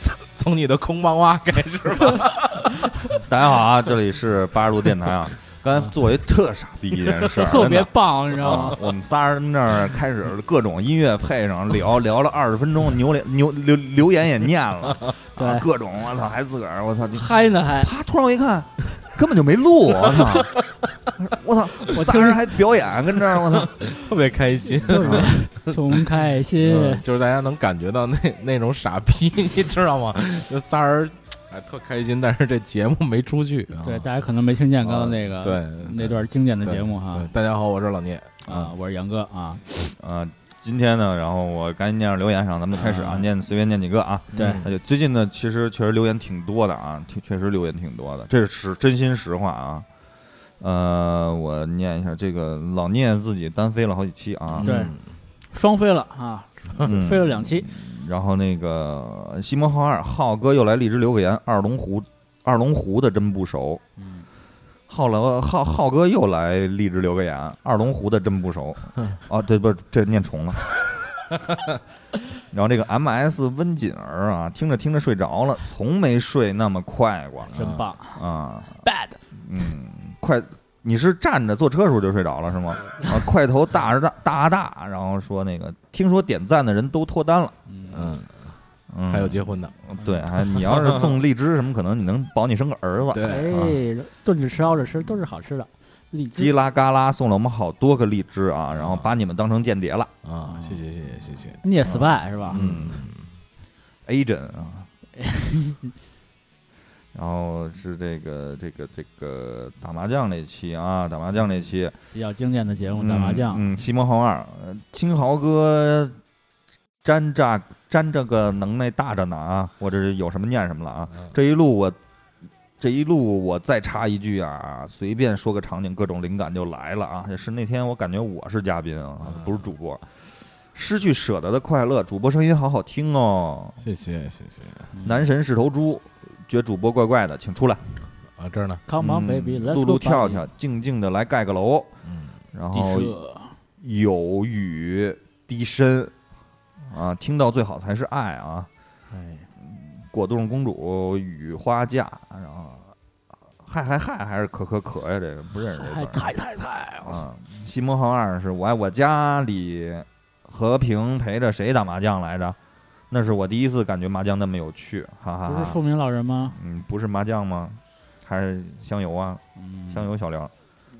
从 从你的空棒蛙开始 吧。大家好啊，这里是八十度电台 啊。刚才做了一特傻逼一件事儿，特真别的棒，你知道啊吗？！我们仨人那儿开始各种音乐配上 聊，聊了二十分钟，牛脸牛留留言也念了， 对啊各种我操，还自个儿我操，你嗨呢还，啪！突然我一看，根本就没录，我操！我操！ 我仨听人还表演跟这儿，我操！特别开心，特别穷开心。嗯就是大家能感觉到那那种傻逼， 你知道吗？就仨人哎特开心，但是这节目没出去啊。对，大家可能没听见刚刚那啊个对那段经典的对节目哈对大家好，我是老聂。嗯啊，我是杨哥啊，啊，今天呢，然后我赶紧念上留言上，咱们就开始啊，啊念随便念几个啊。对而且最近呢，其实确实留言挺多的啊，挺确实留言挺多的，这是实真心实话啊。呃，我念一下这个老聂自己单飞了好几期啊，对嗯双飞了啊，嗯 飞了两期，然后那个呃西蒙浩二浩哥又来荔枝留个言，二龙湖二龙湖的真不熟。嗯，浩了浩浩哥又来荔枝留个言，二龙湖的真 不熟。啊，对，不是这念重了。 然后这个 M S 温锦儿啊，听着听着睡着了，从没睡那么快过真棒嗯啊， ，bad，嗯，快，你是站着坐车时候就睡着了是 吗？啊，块头大而大大啊大，然后说那个听说点赞的人都脱单了，嗯，嗯，嗯，还有结婚的，对，还你要是送荔枝什么，可能你能保你生个儿子。对，嗯哎，炖着吃熬着吃都是好吃的，荔叽枝，啦嘎啦送了我们好多个荔枝啊，然后把你们当成间谍了啊，谢谢谢谢谢谢，聂啊 spy 是吧？嗯， ，agent 啊。然后是这个这个这个打麻将那期啊，打麻将那期，比较经典的节目打麻将，嗯，嗯西蒙豪二，呃青豪哥沾这沾这个能耐大着呢啊，我这是有什么念什么了啊，这一路我。这一路我再插一句啊，随便说个场景，各种灵感就来了啊！也是那天我感觉我是嘉宾啊，不是主播。失去舍得的快乐，主播声音好好听哦。谢谢谢谢男神是头猪，觉主播怪怪的，请出来。啊，这儿呢， Come 嗯 on baby，let's 露露跳哦跳，静静的来盖个楼。嗯，然地后舍有雨低声啊，听到最好才是爱啊！哎，果冻公主雨花嫁，然后啊嗨嗨嗨还是可可可呀？这个不认识哎这个太太太，啊。西蒙豪二是我爱我家里和平陪着谁打麻将来着？那是我第一次感觉麻将那么有趣，哈哈不是哈。富明老人吗？嗯，不是麻将吗？还是香油啊？嗯，香油小聊，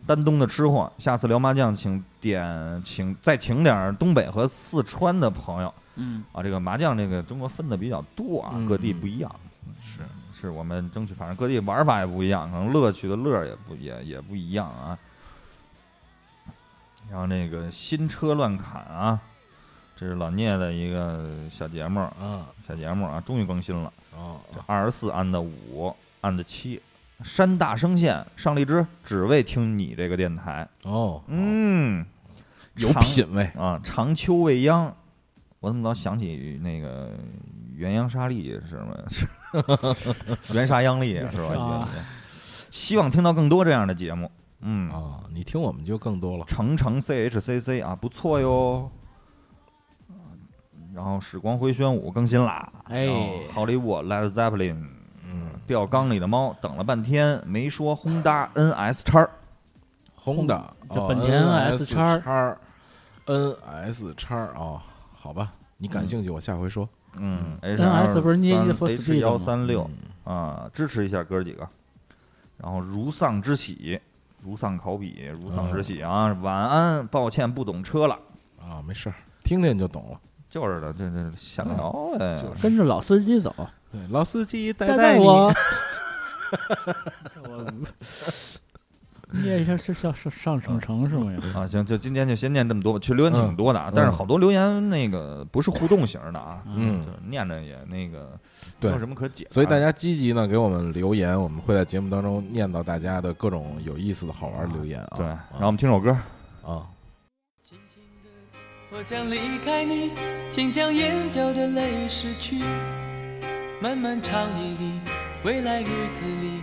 丹东的吃货，下次聊麻将请点请再请点儿东北和四川的朋友嗯，啊。这个麻将这个中国分的比较多啊嗯，各地不一样，嗯是是我们争取，反正各地玩法也不一样，可能乐趣的乐儿也不也也不一样啊。然后那个新车乱砍啊，这是老聂的一个小节目儿，啊，小节目儿啊，终于更新了，哦，二十四按的五按的七。山大声线上荔枝，只为听你这个电台。哦，嗯，有长品位，啊！长秋未央，我怎么老想起那个元阳沙粒是吗？是 元沙央粒是吧？啊希望听到更多这样的节目。嗯，啊，你听我们就更多了，程程 CHCC 啊，不错哟。然后《时光辉宣舞》更新啦，哎然后好莱坞 Led Zeppelin，嗯，吊缸里的猫，等了半天没说轰哒 NS 叉儿，轰的，哦这本田 NS 叉 NS 叉，NS 叉啊，好吧，你感兴趣，我下回说。嗯 NS 不是 Need for H Speed 幺吗三六，嗯啊，支持一下哥儿几个。然后如丧之喜，如丧考妣，如丧之喜啊！嗯晚安，抱歉不懂车了，啊，没事儿，听听就懂了。就是的，这这闲聊哎呗。嗯就是跟着老司机走，对，老司机带带带你，我。我你也是是上上上省城是吗？啊，行，就今天就先念这么多吧。其实留嗯言挺多的啊，但是好多留言那个不是互动型的啊，嗯就是念着也那个没对有什么可解。啊所以大家积极呢给我们留言，我们会在节目当中念到大家的各种有意思的好玩的留言啊。对，然后我们听首歌，啊，轻轻的，我将离开你，请将眼角的泪拭去。漫漫长夜里，未来日子里，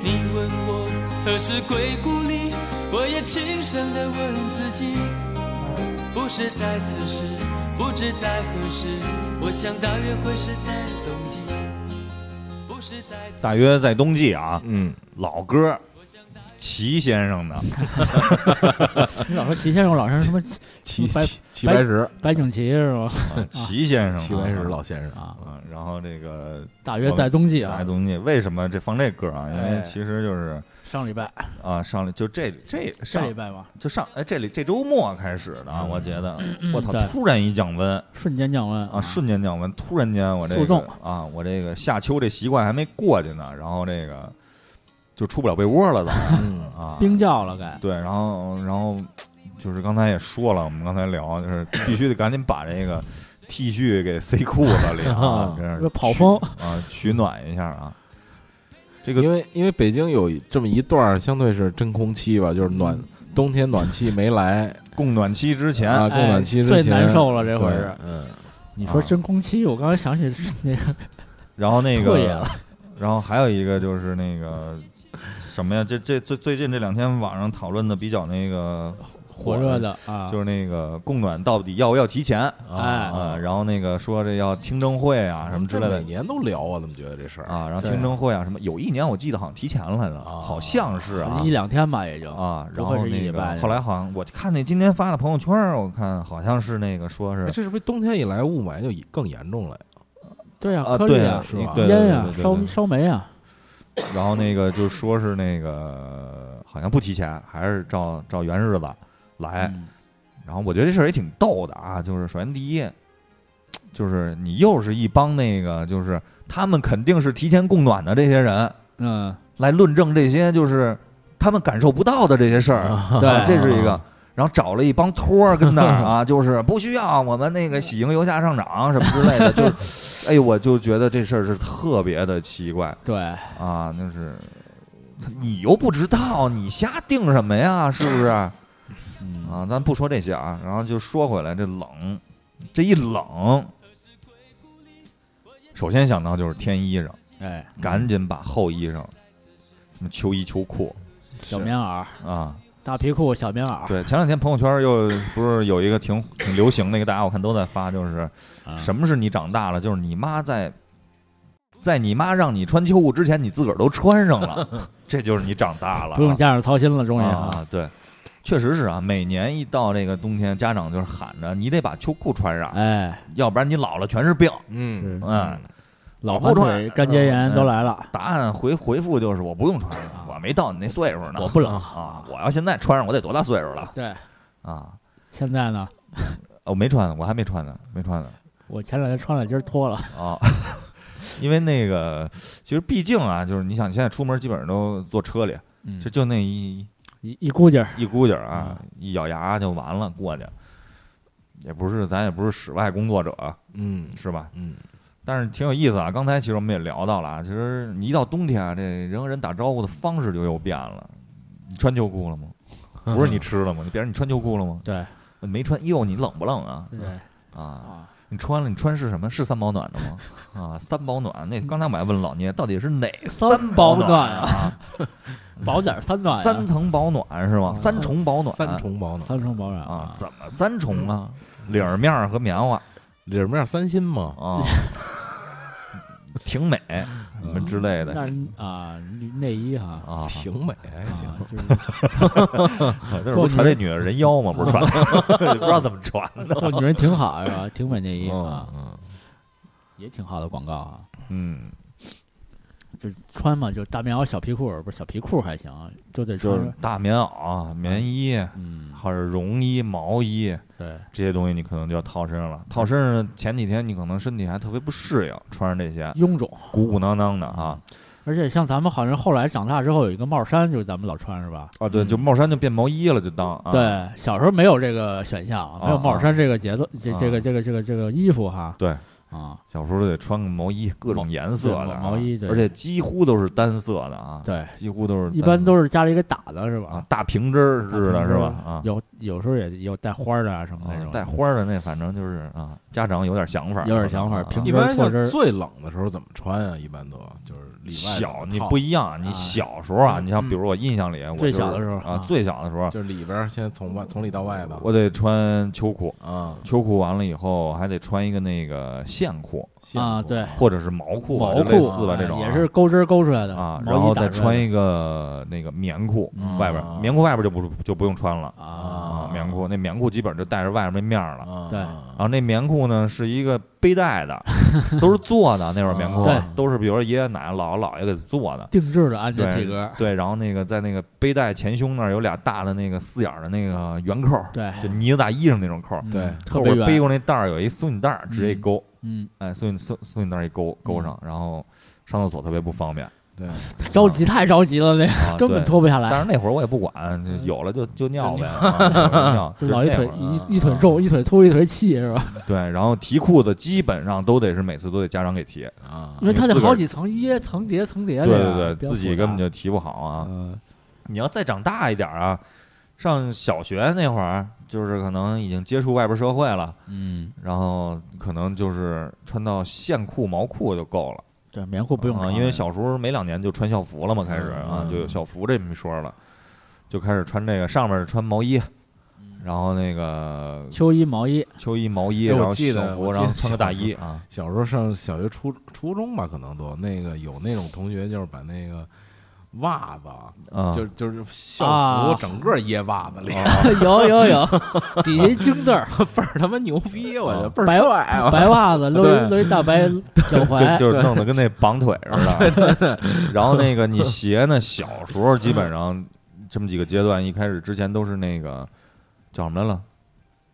你问我何时归故里，我也轻声地问自己，不是在此时，不知在何时，我想大约会是在冬季，不是在此大约在冬季啊，嗯，老歌儿齐先生的，你老说齐先生，我老是什 么齐白齐齐白石，白景琦是吧？啊齐先生，齐白石老先生，啊，啊，然后这个大约在冬季大啊家，东西为什么这放这歌啊？因为哎其实就是上礼拜啊，上来就这这上上礼拜嘛，就上哎，这里这周末开始的啊，我觉得我操，对突然一降温瞬间降温啊，瞬间降温，突然间我这速个冻啊，我这个夏秋这习惯还没过去呢，然后这个就出不了被窝了都嗯，啊， 冰窖了该。对，然后然后就是刚才也说了，我们刚才聊就是必须得赶紧把这个 T 恤给塞裤子里啊，这样这跑风啊，取暖一下啊。这个因为因为北京有这么一段儿相对是真空期吧，就是暖冬天暖气没来，供暖期之前，啊，供暖期哎之最前难受了，这对会儿是。嗯，你说啊真空期，我刚才想起是那个然后那特野个了，然后还有一个就是那个什么呀？这这最最近这两天网上讨论的比较那个火热，的啊，就是那个供暖到底要不要提前哎啊？然后那个说这要听证会啊什么之类这的每年都聊啊，怎么觉得这事儿？啊，然后对听证会啊什么，有一年我记得好像提前了来着，啊好像是啊一两天吧，也就啊，不然会后是一那礼拜个的后来好像我看那今天发的朋友圈儿，我看好像是那个说哎是这是不是冬天一来雾霾就更严重了？对呀，啊颗粒对啊，是吧对对烟对啊对，对烧对烧煤啊，然后那个就说是那个好像不提前，还是照照原日子来。嗯然后我觉得这事儿也挺逗的啊，就是首先第一，就是你又是一帮那个就是他们肯定是提前供暖的这些人嗯，来论证这些就是他们感受不到的这些事儿， 嗯对，这是一个。然后找了一帮托儿跟那 儿啊，就是不需要我们那个喜迎由下上涨什么之 类的，就是，哎呦，我就觉得这事儿是特别的奇怪。对，啊，那是操你又不知道，你瞎定什么呀？是不是？啊，嗯，咱不说这些啊，然后就说回来，这冷，这一冷，首先想到就是添衣裳，哎，赶紧把厚衣裳，什么秋衣秋裤小棉袄、啊。大皮裤、小棉袄，对，前两天朋友圈又不是有一个挺挺流行的，一个大家我看都在发，就是啊什么是你长大了，就是你妈在。在你妈让你穿秋裤之前，你自个儿都穿上 了，这就是你长大了啊。不用家长操心了，终于啊，啊，对，确实是啊。每年一到这个冬天，家长就是喊着你得把秋裤穿上，哎，要不然你老了全是病。嗯，是嗯，老老寒不穿腿、关节呃炎都来了，答案回回复就是我不用穿啊，我没到你那岁数呢。我不冷嗯啊，我要现在穿上，我得多大岁数了对，啊？现在呢，我没穿呢，我还没穿呢，没穿呢我前两天穿了，今儿脱了，啊。因为那个，其实毕竟啊，就是你想，你现在出门基本上都坐车里，嗯就就那一一一股劲儿，一咕叽儿啊，一咬牙就完了，过去。也不是，咱也不是室外工作者，嗯是吧？嗯，但是挺有意思啊。刚才其实我们也聊到了啊，其实你一到冬天啊，这人和人打招呼的方式就又变了。你穿秋裤了吗？不是你吃了吗？你别人你穿秋裤了吗？对没穿，哟，你冷不冷啊？对啊，啊，你穿了，你穿是什么？是三保暖的吗？ 啊，三保暖。那刚才我还问老聂，到底是哪三保保暖啊，啊？保点儿三暖啊，嗯三层保暖是吗？三重保暖。 三重保暖，三重嗯保暖啊？怎么三重啊？里儿面儿和棉花里面三星嘛， 啊，挺美什么之类的但是啊，女内衣哈， 啊，挺美，还啊行。就是那不是传这女的人妖吗？不是传， 不知道怎么传的。做女人挺好是吧？挺美哎内衣啊，嗯也挺好的广告啊。嗯，就是穿嘛，就大棉袄、小皮裤，不是小皮裤还行，就得就穿是着。大棉袄、棉衣，嗯，或者绒衣、毛衣对，这些东西，你可能就要套身上了。套身上的前几天，你可能身体还特别不适应，穿上这些臃肿。鼓鼓囊囊的啊而且像咱们好像后来长大之后有一个帽衫，就是咱们老穿是吧？啊，对，就帽衫就变毛衣了，就当啊对，小时候没有这个选项，没有帽衫这个节奏，这啊这个这个这个这个衣服哈。对啊，小时候得穿个毛衣，各种颜色的啊、毛毛衣对而且几乎都是单色的啊，对，几乎都是一般是都是家里给打的是啊吧？大平针儿似的，大是平吧？针啊，有有时候也有带花儿的啊什么那啊种，带花儿的那反正就是啊，家长有点想法儿，有点想法儿啊平一时般错针像儿最冷的时候怎么穿啊？一般都就是啊里外小怎么你套不一样，你啊小时候啊，嗯你像比如我印象里，我最就是小的时候啊啊，最小的时候，就是里边儿先从外从里到外的我得穿秋裤，啊秋裤完了以后还得穿一个那个线裤线啊裤对或者是毛裤吧，毛就类裤似吧啊这种啊也是勾针儿勾出来的啊，毛然衣后打再出来穿的一个那个棉裤，嗯外边儿棉裤外边儿就不是就不用穿了啊啊，棉裤那棉裤基本就带着外边那面儿了。啊对然后那棉裤呢是一个背带 的，都是做的那会儿棉裤啊对都是比如说爷爷奶奶姥姥姥爷给做的，定制的安全对体格，对，然后那个在那个背带前胸那儿有俩大的那个四眼儿的那个圆扣儿，对就呢子大衣裳那种扣儿，嗯对特后别边背圆，过那带儿有一松紧带儿，直接一勾，嗯，哎，松紧松松紧带儿一勾勾上，然后上厕所特别不方便对， 着急太着急了，那啊，根本对脱不下来，但是那会儿我也不管，就有了就就尿呗， 啊就尿就老一那腿会儿啊一一腿重，一腿粗，一腿细，是吧？对，然后提裤子基本上都得是每次都得家长给提， 啊 因为它你得自个儿好几层掖，层叠层叠对的呀，对啊比对，较自己复根杂本就提不好啊。嗯你要再长大一点儿啊，上小学那会儿，就是可能已经接触外边社会了，嗯，然后可能就是穿到线裤、毛裤就够了，对，棉裤不用啊，长因为小时候没两年就穿校服了嘛，开始哎嗯啊嗯就有校服这么一说了，就开始穿这个上面穿毛衣，嗯然后那个秋衣毛衣，秋衣、毛衣，哎我然后记得小我服，记然后得穿个小大衣啊，小时候上小学初初中吧，可能都那个有那种同学就是把那个袜子啊，哦啊，就就是校啊服整个掖袜子里， 有有有，底下一京字 儿， 倍儿他妈牛逼，我觉得啊倍儿白帅啊，白袜子，露哎 对一露一大白脚哎跟踝，就是弄得跟那 绑腿似的。然后那个你鞋呢，小时候基本上这么几个阶段，一开始之前都是那个叫什么来了，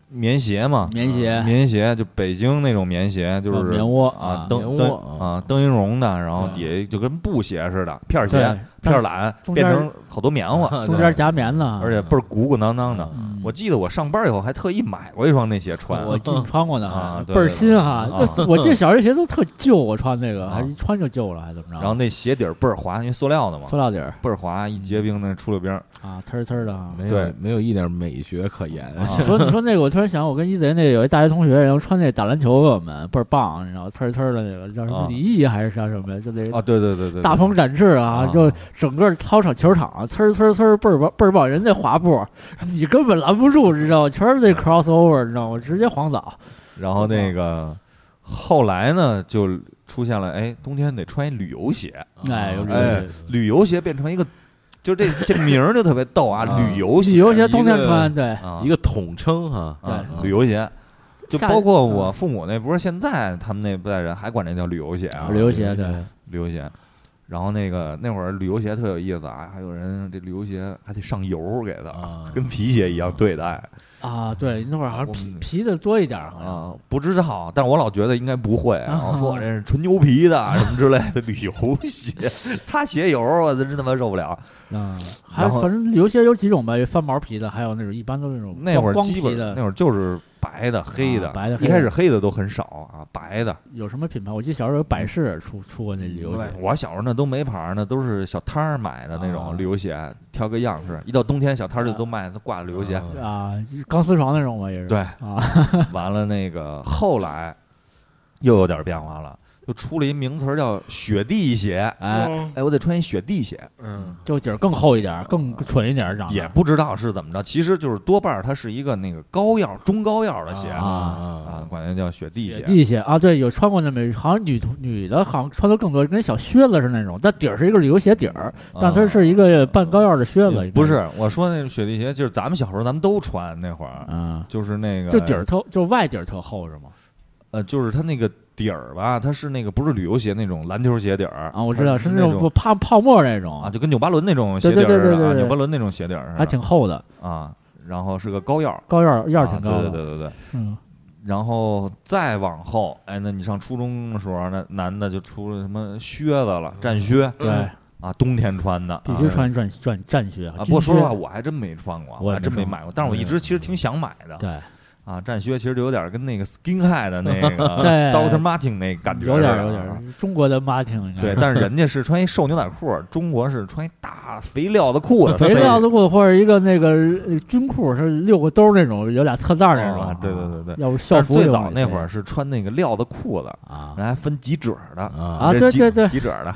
棉鞋嘛，棉鞋，棉鞋就北京那种棉鞋，就啊哦是棉窝啊，灯灯棉灯窝啊啊灯芯绒的，然后嗯底下就跟布鞋似的，片儿对鞋、啊片但儿是懒，中变间成好多棉 花，中间夹棉呢，而且倍儿鼓鼓囊囊的。嗯我记得我上班以后还特意买过一双那鞋穿，我进穿过呢，啊还对倍儿新哈。对对那我记得小学鞋都特旧，我穿那个啊还一穿就旧了，还怎么着？然后啊那鞋底儿倍儿滑，因为塑料的嘛，塑料底嗯儿倍儿滑，一结冰那出溜冰儿。啊，呲儿呲儿的啊。没对有没有一点美学可言， 啊 你说你说那个，我突然想，我跟一贼那有一大学同学，然后穿那打篮球给我们倍儿棒，然后呲儿呲儿的那个叫什啊么李毅还是叫什么呀，就那啊，对对对对对，大鹏展翅啊啊，就整个操场球场啊呲儿呲儿呲儿倍儿棒倍儿棒，人家滑步你根本拦不住，你知道吗？全是那 crossover，你知道吗？直接黄倒。啊然后啊那个后来呢，就出现了，哎，冬天得穿一旅游鞋，哎啊对哎，旅游鞋变成一个，就这这名儿就特别逗啊，啊旅游鞋，旅游鞋一冬天个穿，对，啊，一个统称哈，对啊旅游鞋，就夏包天括嗯我父母那不是现在他们那辈人还管这叫旅游鞋啊，旅游鞋对。旅游鞋。然后那个那会儿旅游鞋特有意思啊，还有人这旅游鞋还得上油给它，啊，跟皮鞋一样对待啊，对，那会儿好像我皮们皮的多一点儿，好像啊，不知道，但是我老觉得应该不会，啊然后说我这是纯牛皮的啊什么之类的旅游鞋， 擦鞋油，我真他妈受不了。啊，还然后反正有些有几种吧，有翻毛皮的，还有那种一般都是那种那会儿光基皮本那的，会儿就是白的、黑的，啊白的一开始黑的都很少啊，白的。有什么品牌？我记得小时候有百事出出过那旅游对鞋，我小时候那都没牌儿呢，都是小摊儿买的那啊种旅游鞋，挑个样式。一到冬天，小摊儿就都卖，都挂旅游鞋。啊啊，钢丝床那种吧，也是对，啊， 完了那个后来又有点变化了，就出了一名词儿叫雪地鞋。哎，哎，我得穿一雪地鞋，嗯就底儿更厚一点儿，更蠢一点儿，长得啊也不知道是怎么着，其实就是多半儿它是一个那个高腰、中高腰的鞋啊啊啊，管它叫雪地雪鞋。地鞋啊，对，有穿过那么，好像女同女的好像穿的更多，跟小靴子似的那种，但底儿是一个旅游鞋底儿，但它是一个半高腰的靴子，应该啊嗯不，是我说那雪地鞋，就是咱们小时候咱们都穿那会儿，啊，就是那个就底儿特，就外底儿特厚是吗？呃，就是它那个底儿吧，它是那个不是旅游鞋那种篮球鞋底儿啊，我知道它是是那种种不泡泡沫那种啊，就跟纽巴伦那种鞋对底对儿似对对的啊，对对纽巴伦那种鞋底儿似的还挺厚的，啊，然后是个高腰儿，高腰腰啊儿挺高的，对对对对对。嗯，然后再往后，哎，那你上初中的时候，那男的就出了什么靴子了，战靴对，啊，冬天穿的，必须啊穿战战战靴啊。不过说实话，军我还真没穿过，我也还真没没穿过买过，但是我一直其实挺想买的靴，。对，啊，战靴其实就有点跟那个 Skinhead 的那个 对 Doctor Martin 那感觉有点似儿的有点啊儿中国的 Martin，应该 对，但是人家是穿一瘦牛仔裤儿，中国是穿一大肥料子裤子，肥料子子裤或者一个那个呃军裤，是六个兜儿那种，有俩侧袋儿那种。哦啊对对对对。要不校但是服最用早一那些会儿是穿那个料子裤子，啊人还分几褶儿的啊啊这对几对对几褶儿 的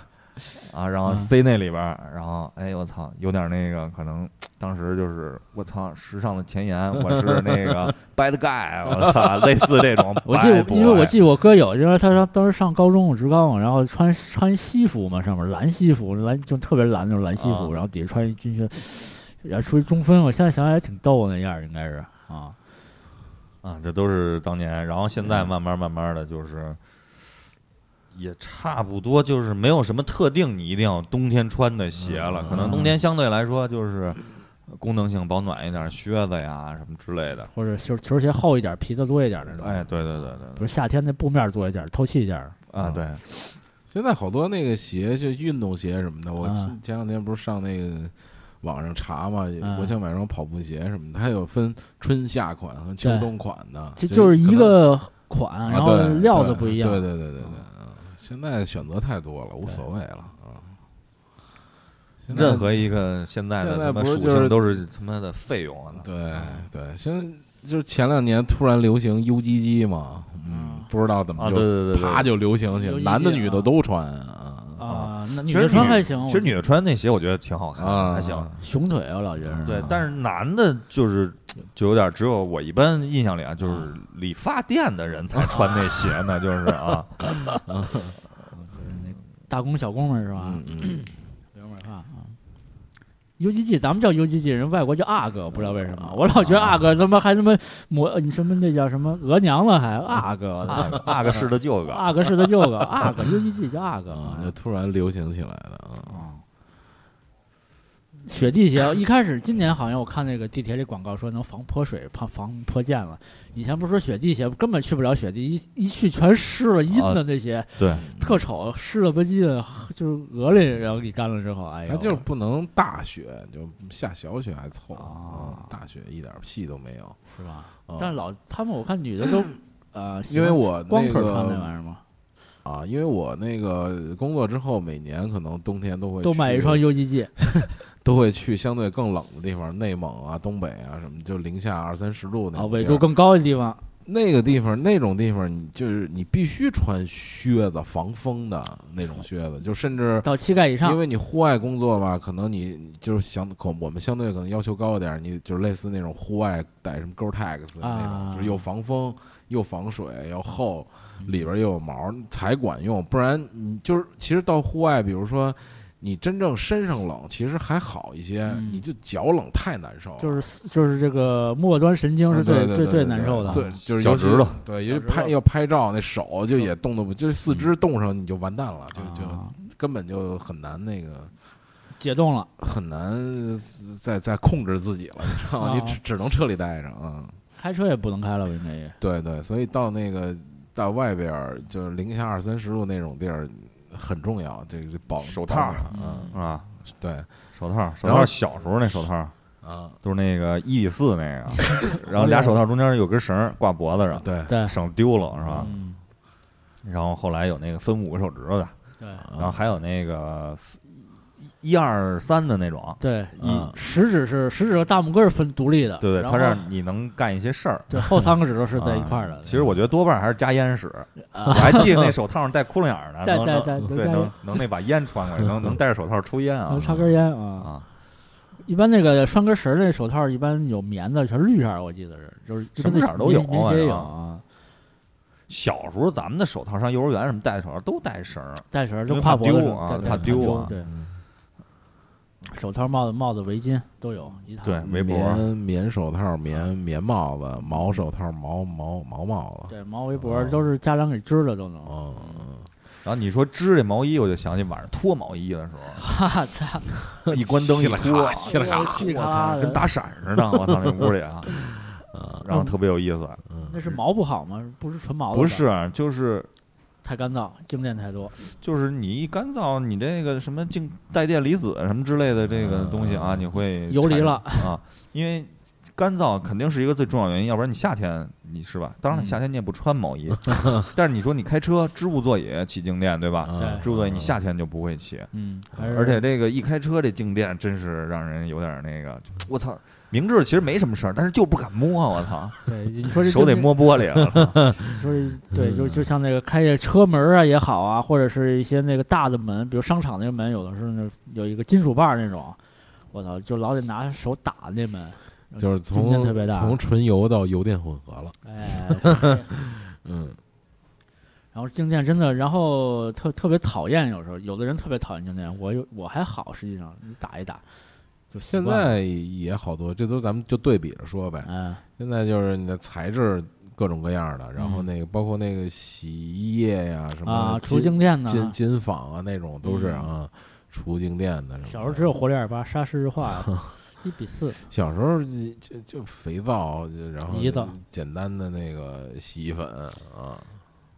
啊，然后嗯塞那里边儿，然后哎我操，有点那个可能当时就是我操时尚的前沿，我是那 个 bad guy，我操，类似这种 bad boy。我记得，因为我记得我哥有，因为他当时上高中、职高嘛，然后穿穿西服嘛，上面蓝西服，蓝就特别蓝那种蓝西啊服，然后底下穿一军靴，然后出一中分。我现在想想还挺逗的那样儿，应该是啊，啊，这都是当年，然后现在嗯慢慢慢慢的就是，也差不多，就是没有什么特定你一定要冬天穿的鞋了，嗯可能冬天相对来说就是功能性保暖一点，靴子呀什么之类的。或者球球鞋厚一点儿，皮子多一点儿那种。哎，对对对对不是夏天那布面儿多一点儿，透气一点儿。对，啊对，现在好多那个鞋，就运动鞋什么的，我啊前前两天不是上那个网上查嘛，啊我想买双跑步鞋什么的，它有分春夏款和秋冬款的，就就是一啊可能个款，啊然后对料子对不一样。对对对对对，嗯现在选择太多了，无所谓了啊。现在任何一个现在的现在他妈不是属就是性都是他妈的费用啊！对对，现在就是前两年突然流行 U G G 嘛，嗯啊，不知道怎么啊就对对对对啪就流行起来， UGG 男的女的啊都穿啊啊，那其女实的穿女还行，其实女的穿那鞋我觉得挺好看的，啊，还行。熊腿啊，我老觉得。对啊，但是男的就是就有点只有我一般印象里啊，就是理发店的人才穿那鞋 呢，就是啊，大工小工们儿是吧？嗯嗯，留美发啊。UGG，咱们叫 UGG，人外国叫阿哥，不知道为什啊么，我老觉得阿哥他妈还他妈抹你什么那叫什么额娘了还啊阿哥，那个那个是的就个，阿哥是他舅 哥，阿哥 UGG 叫 阿哥啊，就突然流行起来的啊，啊。雪地鞋一开始今年好像我看那个地铁里广告说能防泼水、防防泼溅了，以前不是说雪地鞋根本去不了雪地，一一去全湿了，阴的那鞋对，特嗯丑，湿了吧唧的，就是鹅里然后给干了之后，哎呀，它就是不能大雪，就下小雪还凑嗯啊大雪一点屁都没有。是吧？啊但是老他们我看 女的都，呃，喜因为欢我光那腿穿那个玩意儿嘛，啊，因为我那个工作之后，每年可能冬天都会都买一去双 UGG，都会去相对更冷的地方，内蒙啊、东北啊什么，就零下二三十度那啊，种纬地儿度更高的地方，那个地方，那种地方，你就是你必须穿靴子防风的那种靴子，就甚至到膝盖以因上，为你户外工作吧，可能你你就是相可我们相对可能要求高一点，你就是类似那种户外带什么 GoreTex 那种，啊就是又防风又防水又厚，嗯里边又有毛才管用，不然你就是其实到户外，比如说。你真正身上冷，其实还好一些，嗯你就脚冷太难受了。就是四就是这个末端神经是嗯对对最最对最对难对受的，啊最就是脚尤其趾头，对，因为脚趾头嗯拍要拍照，那手就也冻得不，就是四肢冻上你就完蛋了，就就啊根本就很难那个解冻了。很难再再控制自己了，你知道吗？啊你只只能彻底待着啊、嗯开车也不能开了，应该也对对，所以到那个到外边儿就是零下二三十度那种地儿很重要，这个保手套保暖嗯，啊，对手套，手然后套小时候那手套啊，都是那个一比四那 个，然后俩手套中间有根绳儿挂脖子上，对，嗯啊对，省丢了是吧？嗯，然后后来有那个分五个手指头啊的，对然后还有那个一一二三的那种，对，啊食指是食指和大拇哥是分独立的，对对，然它后让你能干一些事儿。对后三个指头是在一块儿啊的，其实我觉得多半还是加烟使，我啊还记得那手套上带窟窿眼儿呢，带能带能带能对加能烟能那把烟穿过去，能能戴着手套抽烟啊能插根烟啊。啊！一般那个拴根绳儿那手套，一般有棉的，全是绿色儿，我记得是，就是就跟什么那色儿都有棉啊鞋也是吧有啊。小时候咱们的手套上幼儿园什么戴的手套都带绳儿，带绳儿因就为挎怕脖子丢上啊对对怕丢啊对，嗯手套、帽子、帽子、围巾都有一套。对围脖儿棉棉手套、啊棉棉帽子、毛手套、毛毛毛帽子，对，毛围脖儿都是家长给织 的，都能。嗯嗯。然后你说织这毛衣，我就想起晚上脱毛衣的时候，哈操！ 一关灯一稀里脱，啊咔我稀里咔稀里咔啦操，的跟打闪似的，我操那屋里 啊，嗯然后特别有意思。嗯那是毛不好吗？不是纯毛的吧，不是，啊就是太干燥，静电太多。就是你一干燥，你这个什么静带电离子什么之类的这个东西啊，你会呃游离产了啊，因为干燥肯定是一个最重要原因，要不然你夏天你是吧？当嗯然了，夏天你也不穿毛 衣，但是你说你开车织物座椅起静电，对吧？啊织物座椅你夏天就不会起，嗯，还是而且这个一开车这静电真是让人有点那个，就我操！明知道其实没什么事儿，但是就不敢摸，我操，对你说这手得，摸嗯玻璃 啊！你说这对，就就像那个开这车门啊也好啊，或者是一些那个大的门，比如商场那个门，有的时候那有一个金属把儿那种，我操，就老得拿手打那门，嗯就是静从电特别大，从纯油到油电混合了，哎， 嗯然后静电真的，然后特特别讨厌，有时候有的人特别讨厌静电，我有我还好，实际上你打一打就习现惯了，在也好多，这都咱们就对比着说呗。嗯现在就是你的材质各种各样的，然后嗯那个包括那个洗衣液呀、什么啊，除金静电呢，金金纺啊那种都是啊，除静电的什么的。小时候只有活力二八，沙士 日化一比四，小时候就就就肥皂，就然后胰脏简单的那个洗衣粉啊，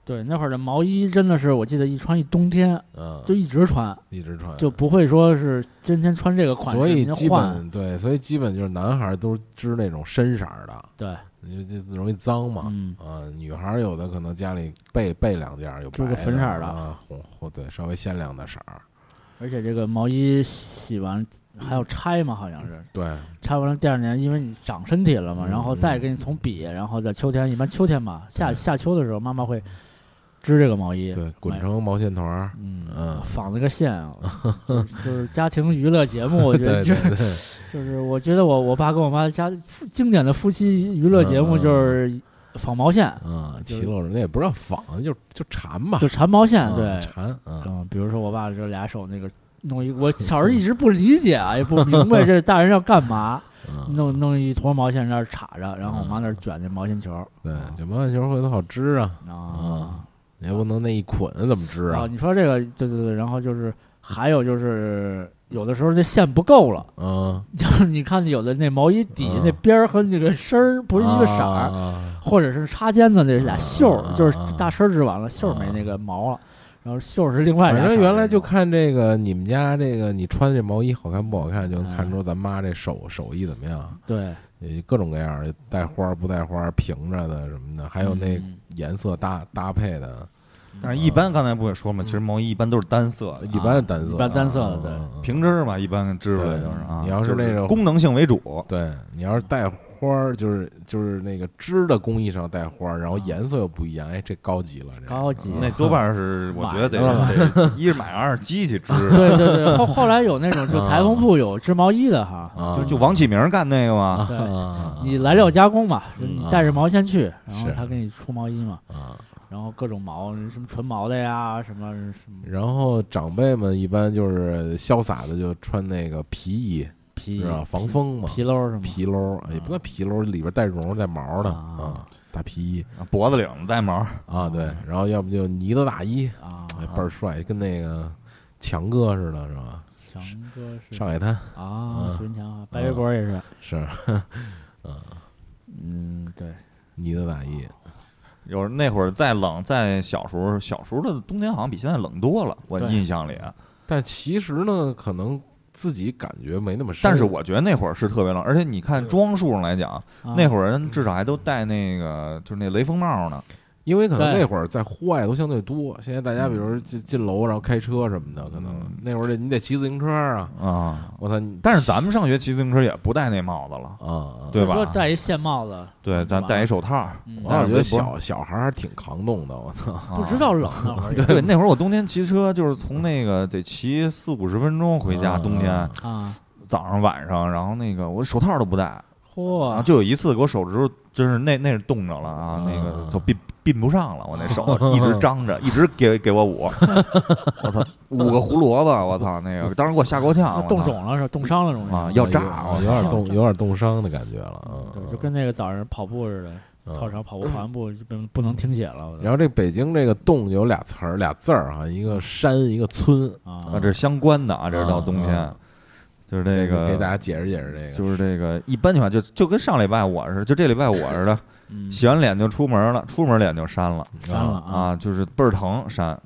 对，那会儿的毛衣真的是，我记得一穿一冬天嗯，就一直穿，一直穿，就不会说是今天穿这个款式，所以明天基换本对，所以基本就是男孩都是织那种深色儿的，对，你就就容易脏嘛。嗯，啊，女孩儿有的可能家里备备两件儿，有织白个粉色儿的啊，红红对，稍微鲜亮的色儿。而且这个毛衣洗完还要拆嘛，好像是对，拆完了第二年，因为你长身体了嘛，嗯然后再给你从笔，然后在秋天，一般秋天嘛，夏对夏秋的时候，妈妈会织这个毛衣，对，滚成毛线团儿。嗯嗯，纺了个 线啊，就是就是家庭娱乐节目，我觉对得就对是对，就是我觉得我我爸跟我妈家夫经典的夫妻娱乐节目就是纺毛线，嗯，就是骑楼那也不让仿，就就缠吧就，缠毛线，啊对，缠，嗯，嗯，比如说我爸就俩手那个弄一，我小时候一直不理解啊，也不明白这大人要干嘛，嗯弄弄一坨毛线在那儿插着，然后我妈那儿卷那毛线球对，这毛线球回头好织啊，啊，你也不能那一捆怎么织啊，啊？你说这个对对对，然后就是还有就是有的时候这线不够了。 嗯，就是你看有的那毛衣底嗯啊那边儿和那个身儿不是一个色儿，儿，或者是插肩的那俩袖啊啊儿，啊就是大身儿织完了，袖儿没那个毛了，然后袖儿是另外俩反色儿织正的。原来就看这个你们家这个你穿这毛衣好看不好看，就能看嗯出咱妈这手手艺怎么样。对，也各种各样的，带花儿不带花儿，平着的什么的，还有那嗯啊颜色搭搭配的，但是一般刚才不也说嘛，其实毛衣一般都是单色的，一般是单色的，一般单色的嗯对嗯嗯平针嘛，一般织出来对就是啊。你要是就那种功能性为主，对你要是带花儿，就是就是那个织的工艺上带花儿，然后颜色又不一样，哎，这高级了，这个啊高级嗯那多半是我觉得得买的是得一是买，二是机器织。对对对，后后来有那种就嗯裁缝铺有织毛衣的哈，啊就就王启明干那个嘛，对啊你来料加工嘛，嗯你带着毛线去，然后是他给你出毛衣嘛，啊，然后各种毛，什么纯毛的呀，什么什么然后长辈们一般就是潇洒的就穿那个皮衣，皮是吧？防风嘛，皮褛儿什么皮褛儿也哎不叫皮褛儿，里边带绒带毛的啊啊，大皮衣脖子领子带毛，啊，对，然后要不就呢子大衣，啊，哎，倍儿帅，跟那个强哥似的，是吧？强哥是上海滩啊嗯，许文强啊，白围脖也是，是嗯，对，呢子大衣，有那会儿再冷，在小时候，小时候的冬天好像比现在冷多了，我对印象里。啊但其实呢，可能自己感觉没那么深。但是我觉得那会儿是特别冷，而且你看装束上来啊讲，那儿会儿人至少还都戴那个就是那雷锋帽呢。因为可能对那会儿在户外都相对多，现在大家比如进进楼然后开车什么的，可能嗯那会儿得你得骑自行车啊，啊，我操！但是咱们上学骑自行车也不戴那帽子了，啊啊，对吧说戴一线帽子，对，咱吧戴一手套。嗯我戴老着觉得围脖小小孩儿还挺抗冻的，我操！啊不知道冷那会儿 也对，那会儿我冬天骑车就是从那个得骑四五十分钟回家，冬天啊啊，早上晚上，然后那个我手套都不戴，然后嚯，就有一次给我手指头真是那那是冻着了啊，那啊个就并并不上了，我那手一直张着，一直给给我捂，我操，捂个胡萝卜，我操，那个当时给我吓够呛，我操冻肿了是吧冻伤了容易啊要炸有我哦有点操冻，有点冻伤的感觉了啊。对嗯，就跟那个早上跑步似嗯的，操场跑步跑完步就不不能停血了。我觉得然后这北京这个冻有俩词儿俩字儿啊，一个山一个村，啊，啊，这是相关的啊，这是到冬啊天，就是这个给大家解释解释这个。就是这个一般情况下就就跟上礼拜我似的，就这礼拜我似的，嗯，洗完脸就出门了，出门脸就扇了。删了啊，啊，就是倍儿疼扇，啊，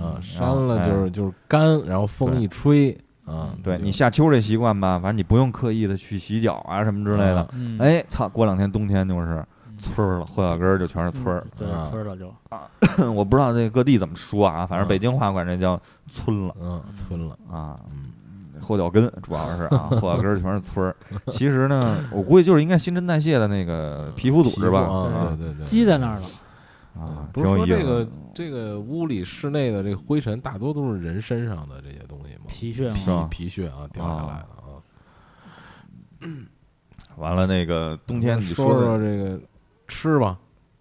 嗯扇了就是就是干，然后风一吹，嗯，对 你下秋这习惯吧，反正你不用刻意的去洗脚啊什么之类的。嗯，哎，操，过两天冬天就是嗯，村儿了，后脚跟儿就全是村儿。嗯对啊村儿了就，我不知道这各地怎么说啊，反正嗯北京话管这叫村了嗯，村了，啊，嗯后脚跟主要是 啊，后脚跟儿全是村儿。其实呢，我估计就是应该新陈代谢的那个皮肤组织吧，嗯啊啊对对对，积在那儿了。啊，不挺是说有意这思的个。这个屋里室内的这个灰尘大多都是人身上的这些东西吗？皮屑是嘛，吗皮皮屑啊掉下来的啊。完了，那个冬天你说的说这个吃吧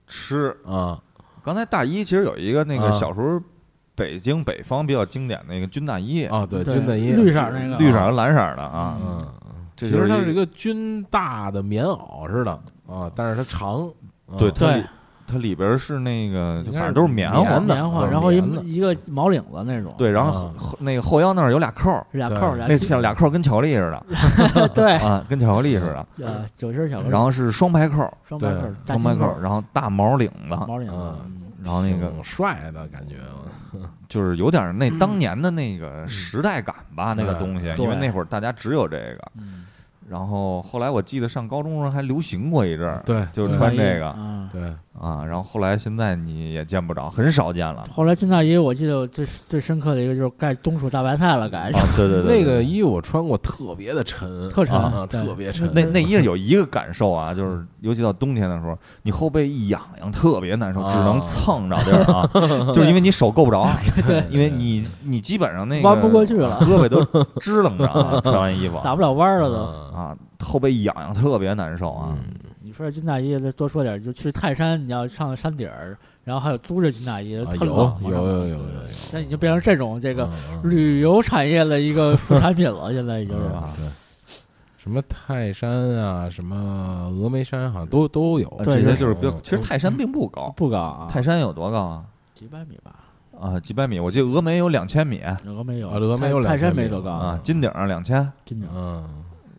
吃，啊，刚才大衣其实有一个那个啊小时候北京北方比较经典的那个军大衣，啊对，对军大衣绿色儿那个绿色儿和蓝色儿的啊，嗯，这其就实它一是一个军大的棉�袄似的啊，但是它长，啊对它对里它里边儿是那个，就应该反正是都是棉花棉的棉啊花，然后一棉的一个毛领子那种，，对，然后啊后那个后腰那儿有俩扣儿，俩对扣儿，俩那系俩俩扣儿跟巧克力似的 对，啊，跟巧克力似的，呃，九星小然后是双排扣儿，双排对扣儿，大双排金扣扣儿，儿，然后大毛领子，毛领子，啊嗯然后那个挺帅的感觉，啊就是有点儿那当年的那个时代感吧，那个对东西，对因为那会儿大家只有这个，嗯，然后后来我记得上高中时候还流行过一阵儿，对，就嗯对穿这这个对，啊，然后后来现在你也见不着，很少见了。后来军大衣，我记得我最最深刻的一个就是盖冬储大白菜了，改啊，对对对，那个衣我穿过，特别的沉，特沉啊，对特别沉。那那衣裳有一个感受啊，就是尤其到冬天的时候，你后背一痒痒，特别难受，啊只能蹭着地儿 啊，就是因为你手够不着，啊对，因为你你基本上那个弯不过去了胳膊都支棱着啊，穿完衣服打不了弯儿了都。啊啊，后背一痒痒，特别难受啊。嗯你说这军大衣，再多说点儿，就去泰山，你要上山顶儿，然后还有租着军大呃衣，啊特有冷有啊。有有有有，嗯现在已经变成这种这这个旅游产业的一个副产 品了，现在已经是。嗯啊对，什么泰山啊，什么峨眉山，好像都都有啊。这对些对就是比较嗯，其实泰山并不高，不高啊，泰山有多高啊？几百米吧，啊，几百米，我记得峨眉有两千米峨眉有，啊峨眉泰有泰山2000米没多高，啊，金顶两千。真的。嗯，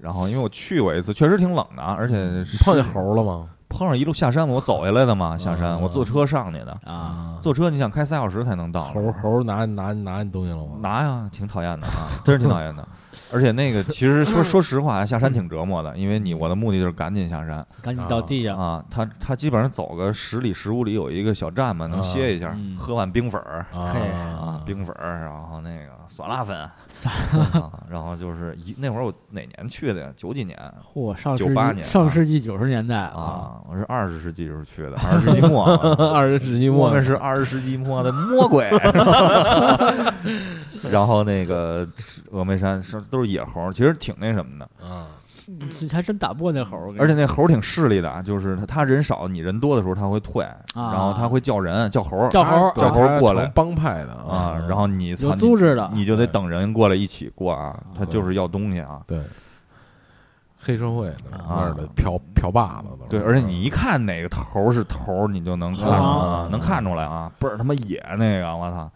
然后因为我去过一次，确实挺冷的嗯啊，而且你碰见是猴了吗？碰上一路下山，我走下来的嘛，下啊嗯山我坐车上去的，啊，，坐车你想开三小时才能到，猴猴拿拿拿你东西了吗？拿呀，挺讨厌的 啊，真是挺讨厌的。而且那个其实嗯说说实话啊，下山挺折磨的，因为你我的目的就是赶紧下山赶紧到地上，啊，他他基本上走个十里十五里有一个小站嘛，能歇一下嗯，喝碗冰粉儿嘿啊，嗯冰粉儿，然后那个酸辣粉， 撒啊然后就是一那会儿我哪年去的呀？九几年嚯，上世98纪年啊上世纪九十年代，啊，我是二十世纪时候去的， 二十世纪末啊。二十世纪我末们是二十世纪末的魔 鬼。然后那个峨眉山是都是野猴，其实挺那什么的，啊，你还真打不过那猴儿，而且那猴挺势利的，就是他他人少，你人多的时候他会退，然后他会叫人啊叫猴叫猴儿叫啊猴儿过来他成帮派的嗯啊，然后你操有你组织的，你就得等人过来一起过啊，他就是要东西啊。对黑社会那啊那儿的嫖嫖把子都是对，而且你一看哪个头儿是头儿，你就能看出来啊啊，能看出来啊，倍儿他妈野那个，我操！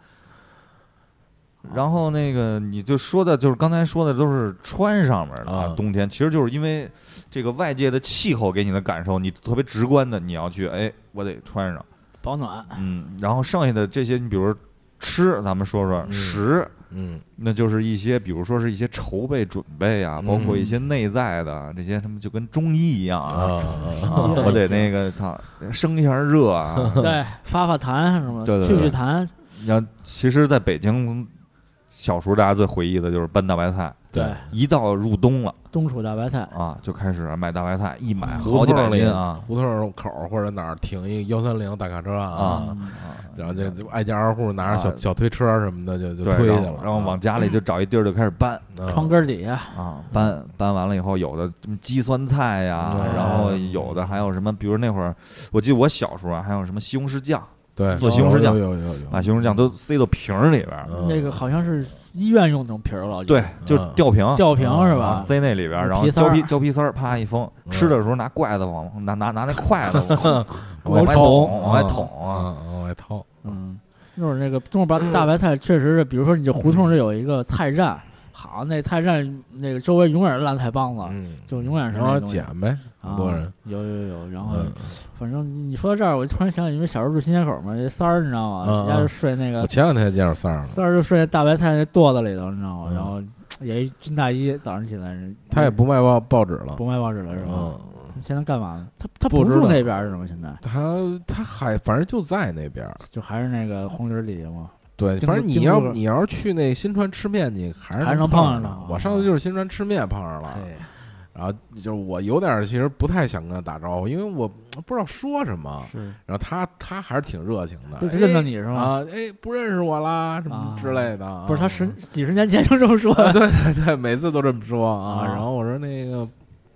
然后那个你就说的，就是刚才说的都是穿上面的啊冬天其实就是因为这个外界的气候给你的感受，你特别直观的，你要去，哎，我得穿上，保暖，。嗯，然后剩下的这些，你比如说吃，咱们说说嗯食，嗯那就是一些，比如说是一些筹备准备啊，包括一些内在的啊这些，他们就跟中医一样嗯啊啊，啊啊，我得那个操，生一下热 啊对，发发痰什么对的，对聚对聚痰，然后，其实在北京，小时候大家最回忆的就是拌大白菜。对，一到入冬了冬储大白菜，啊，就开始买大白菜，一买好胡几同百里斤啊胡同口儿或者哪儿停一幺三零大卡车啊嗯啊！然后就就挨家挨户拿着小、啊小推车什么的就就对，推去然了后啊，然后往家里就找一地儿就开始搬啊窗根儿底下，啊，搬搬完了以后，有的什么鸡酸菜呀嗯，然后有的还有什么，比如那会儿，我记得我小时候啊，还有什么西红柿酱，对做西红柿酱有有有有把西红柿酱都塞到瓶儿里边儿，嗯那个好像是医院用那种瓶儿了，对，就嗯吊瓶，吊瓶是啊，吧？塞那里边儿，然后皮丝儿胶皮胶皮丝儿，啪一封，嗯吃的时候拿筷子往拿拿拿那筷子 往往外捅捅，往外捅啊啊，往外掏嗯，那会儿那个冬储大大白 菜确实是，比如说你这胡同这有一个菜站，好，那菜站那个周围永远是烂菜帮子，嗯，啊就永远是然那后东西捡呗，很啊多人，有有有，然后嗯，反正你你说到这儿，我就突然想起，因为小时候住新街口嘛，这三儿你知道吗？嗯人家嗯就睡那个我前两天见着三儿了，三儿就睡在大白菜那垛子里头，你知道吗？嗯然后也军大衣，早上起来人他也不卖报报纸了不，卖报纸了是吧？嗯，现在干嘛呢？他他不不知住道那边儿是吗？现在他他还反正就在那边儿，就还是那个红底儿里吗？对，京反都正你京要都你要是去那新川吃面，你还是还是能能碰上上他我上次就是新川吃面碰上了，对，然后就是我有点儿其实不太想跟他打招呼，因为我不知道说什么，是然后他他还是挺热情的，就哎认得你是吗？啊，哎，不认识我啦，什么啊之类的啊。不是，他十几十年前就这么说啊，的。 对对对，每次都这么说啊。啊然后我说那个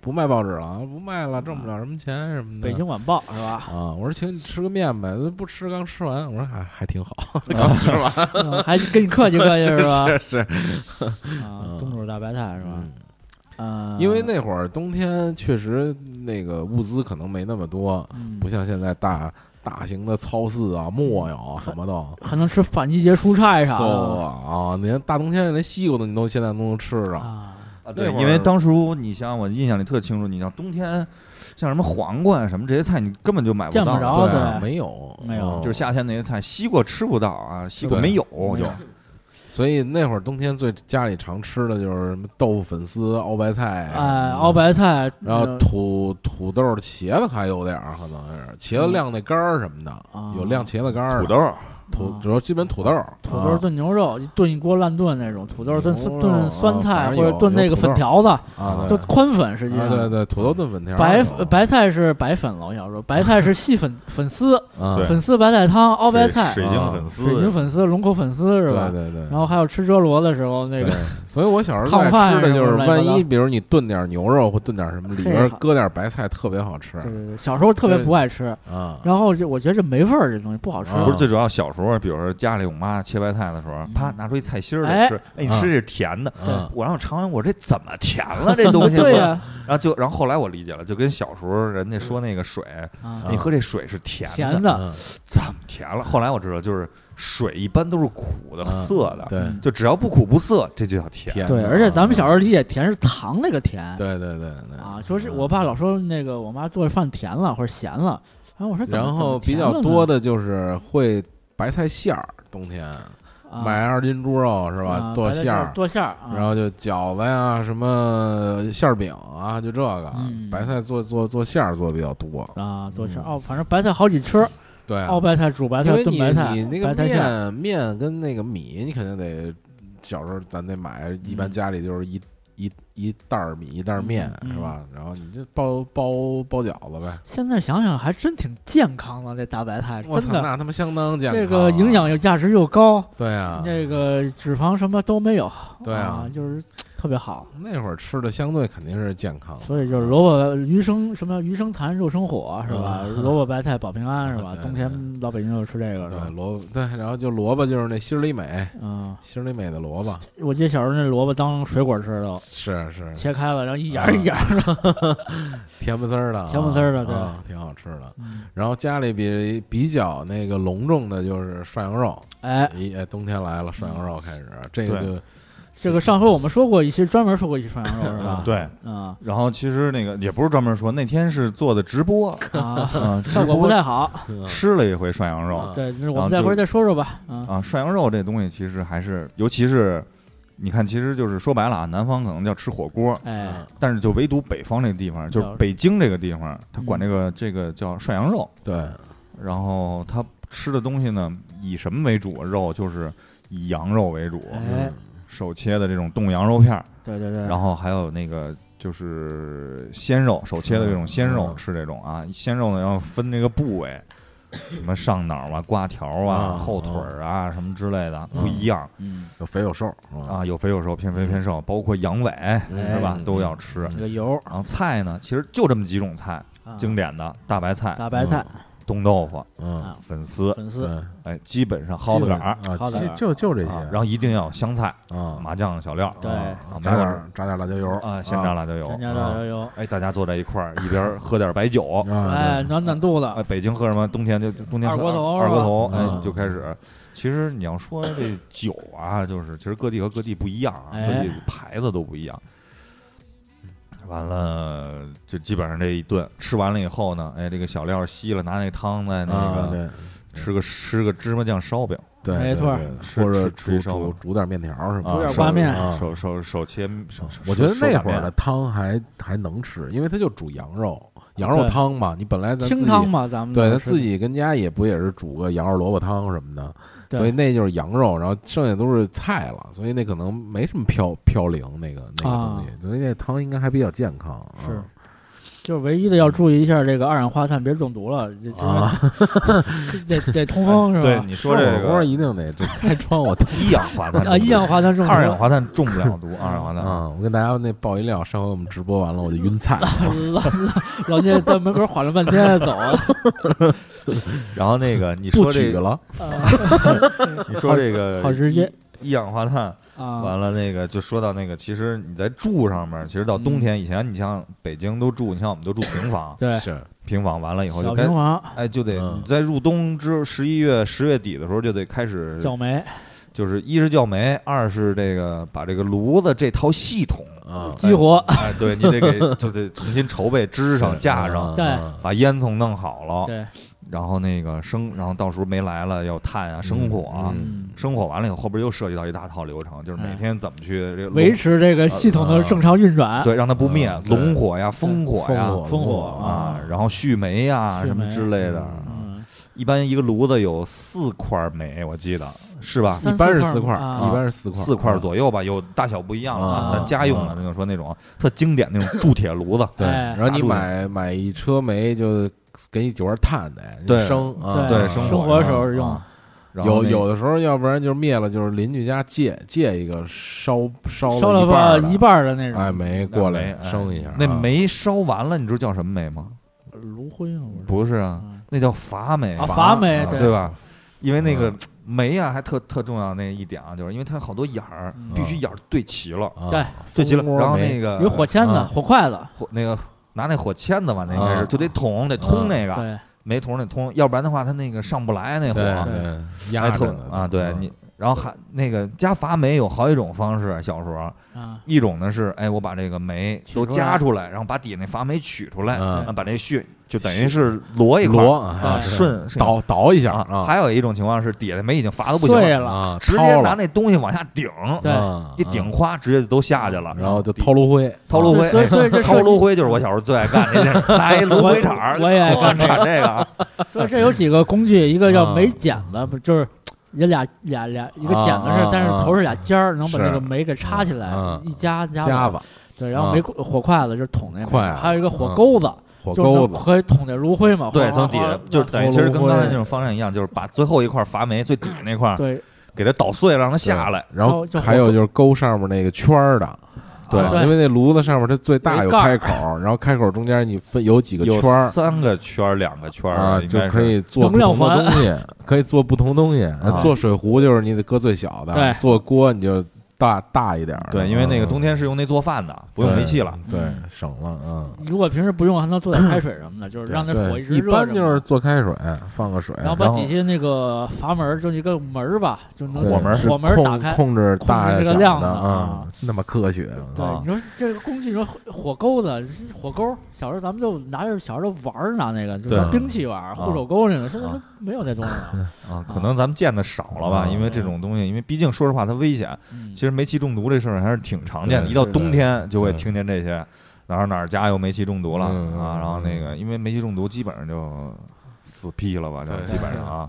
不卖报纸了，啊，不卖了，挣不了什么钱什么的。北京晚报是吧？啊，我说请你吃个面呗，不吃刚吃完，我说还还挺好，刚吃 完嗯还跟你客气客气是啊吧？是是，啊嗯，冬储大白菜是吧嗯？啊，因为那会儿冬天确实那个物资可能没那么多，嗯不像现在大大型的超市啊、木偶啊什么都。还能吃反季节蔬菜啥搜的啊！你看大冬天连西瓜都你都现在都能吃着，啊，啊，那对，会儿因为当初你像我印象里特清楚，你像冬天，像什么黄瓜啊什么这些菜，你根本就买不见不到，着对啊，对没有没有嗯就是夏天那些菜，西瓜吃不到啊，西瓜对没有，没嗯就有所以那会儿冬天最家里常吃的就是什么豆腐粉丝、熬白菜，哎，熬，白菜，然后嗯土土豆、茄子还有点儿，可能是茄子晾那干儿什么的，嗯有晾茄子干儿的、土豆，土啊主要基本土豆、土豆啊炖牛肉，一炖一锅烂炖那种，土豆炖牛肉炖酸啊菜反正或者有炖有那个土粉豆条子，啊，就对宽粉实际啊对上。对，土豆炖粉条儿白那种，白菜是白粉了，我想说，白菜是细粉粉丝，啊对粉丝白菜汤，熬白菜，水啊水晶粉丝，水晶粉丝，龙口粉丝是对吧？对对，然后还有吃折螺的时候，那对个， 所以我小时候烫爱饭吃的什么就是，乱七万八糟一比如你炖点牛肉或炖点什么，里嘿边好搁点白菜，特别好吃对对对，小时候特别对不爱吃，啊。然后就我觉得这没味儿，这东西不好吃。啊不是最主要，小时候，比如说家里我妈切白菜的时候，啪拿出一菜心儿来哎吃，哎，你啊吃这是甜的。对啊我让我尝尝，我这怎么甜了 这东西？对呀、然后就，然后后来我理解了，就跟小时候人家说那个水，嗯啊你喝这水是甜的，甜的，嗯怎么甜了？后来我知道，就是水一般都是苦的、嗯涩的，对，就只要不苦不涩，这就叫甜。甜的对，而且咱们小时候，候理解甜是糖那个甜，对对对对啊，说是我爸老说那个我妈做的饭甜了或者咸了，然后我说怎么然后怎比么甜了较呢多的就是会白菜馅儿，冬天啊买二斤猪肉是吧啊？剁白菜馅儿，剁馅儿，啊然后就饺子呀，什么馅儿饼啊，就这个嗯白菜做做做馅儿做的比较多。啊剁馅儿嗯哦，反正白菜好几吃，对，啊熬白菜、煮白因菜、为啊炖你白菜你那、白个菜馅儿，面面跟那个米，你肯定得小时候咱得买，一般家里就是一一一袋儿米一袋儿面嗯嗯嗯是吧？然后你就包包包饺子呗。现在想想还真挺健康的，这大白菜我哎真操，的。那他妈相当健康啊，这个营养又价值又高，对啊，那个脂肪什么都没有，对啊啊，就是特别好。那会儿吃的相对肯定是健康，所以就是萝卜鱼生什么鱼生痰肉生火是吧？嗯萝卜白菜保平安是吧？对冬天老北京就吃这个是对吧？萝卜对，然后就萝卜就是那心儿里美，嗯，心儿里美的萝卜我记得小时候那萝卜当水果吃的，是是切开了然后一眼儿一眼儿的。甜不滋儿的啊，甜不滋儿的对啊挺好吃的。嗯然后家里比比较那个隆重的就是涮羊肉，哎，一哎冬天来了涮羊肉开始，这个就这个上回我们说过一期，专门说过一期涮羊肉是吧？啊对，嗯然后其实那个也不是专门说，那天是做的直 播，啊，啊，直效果不播太好。嗯吃了一回涮羊肉啊对，那我然后们再就回头再说说吧。嗯啊，涮羊肉这东西其实还是，尤其是你看，其实就是说白了啊，南方可能叫吃火锅，嗯哎，但是就唯独北方这个地方，就是叫北京这个地方，它管这个这个叫涮羊肉，对然后它吃的东西呢，以什么为主？肉就是以羊肉为主，哎，手切的这种冻羊肉片儿，对对对，嗯然后还有那个就是鲜肉，手切的这种鲜肉嗯吃这种啊，鲜肉呢，然后分这个部位，什么上脑啊、瓜条啊、嗯后腿儿啊什么之类的，嗯不一样嗯，有肥有瘦啊，有肥有瘦，偏肥偏瘦，包括羊尾嗯是吧，都要吃。这个油然后菜呢，其实就这么几种菜，嗯啊经典的大白菜、大白菜、冻豆腐、嗯啊粉丝，粉对丝，，哎，基本上蒿子杆儿，啊蒿子杆儿就就这些啊，然后一定要有香菜、啊麻酱小料对啊啊炸没有点炸点辣椒油啊，鲜榨辣椒全油。家大油，哎，大家坐在一块儿，一边儿喝点儿白酒，啊哎，暖暖肚子。啊，北京喝什么？冬天就就冬天喝二锅头是吧二锅头，嗯哎，你就开始。其实你要说这酒啊，就是其实各地和各地不一样啊，哎各地牌子都不一样。完了，就基本上这一顿吃完了以后呢，哎，这个小料吸了，拿那汤在那啊个对吃个吃个芝麻酱烧饼，对，对没错对吃或者吃煮吃烧煮吧煮点面条什啊么煮的。点手挂面啊手手手切手，手我觉得手那手会儿擀面的汤还还能吃，因为它就煮羊肉，羊肉对汤嘛，你本来咱自清己汤嘛，咱们对，他都嗯是自己跟家也不也是煮个羊肉萝卜汤什么的，所以对那就是羊肉，然后剩下都是菜了，所以那可能没什么嘌嘌呤那个那个东西，所以那汤应该还比较健康。啊啊是就是唯一的要注意一下这个二氧化碳，别中毒了，这这啊，得得 通风是对吧？你说这吃火锅个一定得这开窗我都一氧化 碳啊，一氧化碳中毒，二氧化碳中不了毒，二氧化碳啊，我跟大家那爆一料，上回我们直播完了我就晕 菜了，老老老聂在门口缓了半天走了，然后那个你不说举这个，了，啊你说这个好直接一一氧化碳，啊，，完了那个就说到那个，其实你在住上面，其实到冬天以前，你像北京都住，你像我们都住平房对，是平房完了以后小就该平。房哎，就得嗯你在入冬之十一月、十月底的时候，就得开始，小梅就是一是叫煤，二是这个把这个炉子这套系统，啊，激活，哎，对你得给就得重新筹备，支上是架上，对啊把烟囱弄好了，对，然后那个生，然后到时候煤来了要炭啊，生火啊，嗯，生火完了以后，后边又涉及到一大套流程，哎就是每天怎么去这个维持这个系统的正常运转，嗯对，让它不灭嗯，对龙火呀、烽火哎呀烽火烽火啊，然后蓄煤呀蓄什么煤之类的。嗯，一般一个炉子有四块煤，我记得是吧？三一般是四四块块儿啊儿，一般是四块儿，嗯四块左右吧，有大小不一样了啊。啊咱家用的啊，那就说那种特经典那种铸铁炉子对，哎然后你大陆买买一车煤就给你几罐炭得你对生啊，对生生火活呀的时候用啊，然后有那有的时候，要不然就是灭了，就是邻居家借借一个烧嗯烧烧了了一半吧儿的一半儿的那哎种煤那过煤来哎生一下，那啊煤烧完了，你知道叫什么煤吗？炉灰嘛，不是不是啊，嗯那叫阀煤啊，阀煤啊啊对对吧？因为那嗯个煤啊，还特特重要那一点啊，就是因为它有好多眼儿嗯，必须眼儿对齐了，啊对对齐了蜂窝，然后煤那个有火钎子、啊火筷子，火那个拿那火钎子吧，那应该啊嗯是就得捅，得通那个，对，没捅得通，要不然的话它那个上不来对那火，对还压着特呢嗯啊，对你，然后还那个加阀煤有好几种方式，小时候啊，一种呢是哎我把这个煤取都出来加出来，然后把底下那阀煤取出来，嗯啊把这絮就等于是摞一块摞儿啊对顺顺倒倒一下啊，还有一种情况是底下煤已经阀的不行碎了，了，啊，直接掏拿了那东西往下顶，对啊一顶哗，直接就都下去了啊，然后就底掏炉灰，掏炉啊灰，所以所以这 哎设掏计炉灰就是我小时候最爱干的一件事，拿一炉灰铲儿，我我也爱干这个铲这 个啊，所以这有几个工具，一个叫啊煤剪子，不就是也俩俩俩一个啊剪子是啊，但是头是俩尖儿，能把是这个煤给插起来嗯，一夹夹夹子、吧。啊对，然后煤火筷子就是捅那煤筷子啊还有一个火钩子，火就是钩能子，可以捅那炉灰嘛。对，哗从哗底下哗就是等于掏其实炉跟刚才灰那种方式一样，就是把最后一块阀煤最底那块儿对给它捣碎了，让它下来。然后就就还有就是勾上面那个圈儿的，对啊对因为那炉子上面它最大有有一盖开儿口，然后开口中间你分有几个有圈儿三个圈儿，两个圈儿啊，应就该可是以做能不量同的东西，可以做不同东西。啊做水壶就是你得搁最小的，对做锅你就大大一点儿的。对，因为那个冬嗯天是用那做饭的，不用煤气了。，对嗯对，省了。嗯，如果平时不用，还能做点开水什么的，就是让那火对，直一热着嘛。般就是做开水，放个水，然后把然后底下那个阀门儿，就一个门儿吧，就能对火门儿是火门儿控打开。控制控制大这个小量的啊啊，那么科学。对啊，你说这个工具，你说火火钩子、火钩，小时候咱们就拿着，小时候玩儿拿那个，就对啊拿兵器玩儿，护手钩那个，现在啊都没有那东西了。啊，可能咱们见的少了吧，啊因为这种东西，因为毕竟说实话它危险。嗯其实煤气中毒这事儿还是挺常见的，对一到是的冬天就会对听见这些，哪儿哪儿家有煤气中毒了嗯啊，嗯然后那嗯个因为煤气中毒基本上就死屁了吧，就对基本上啊，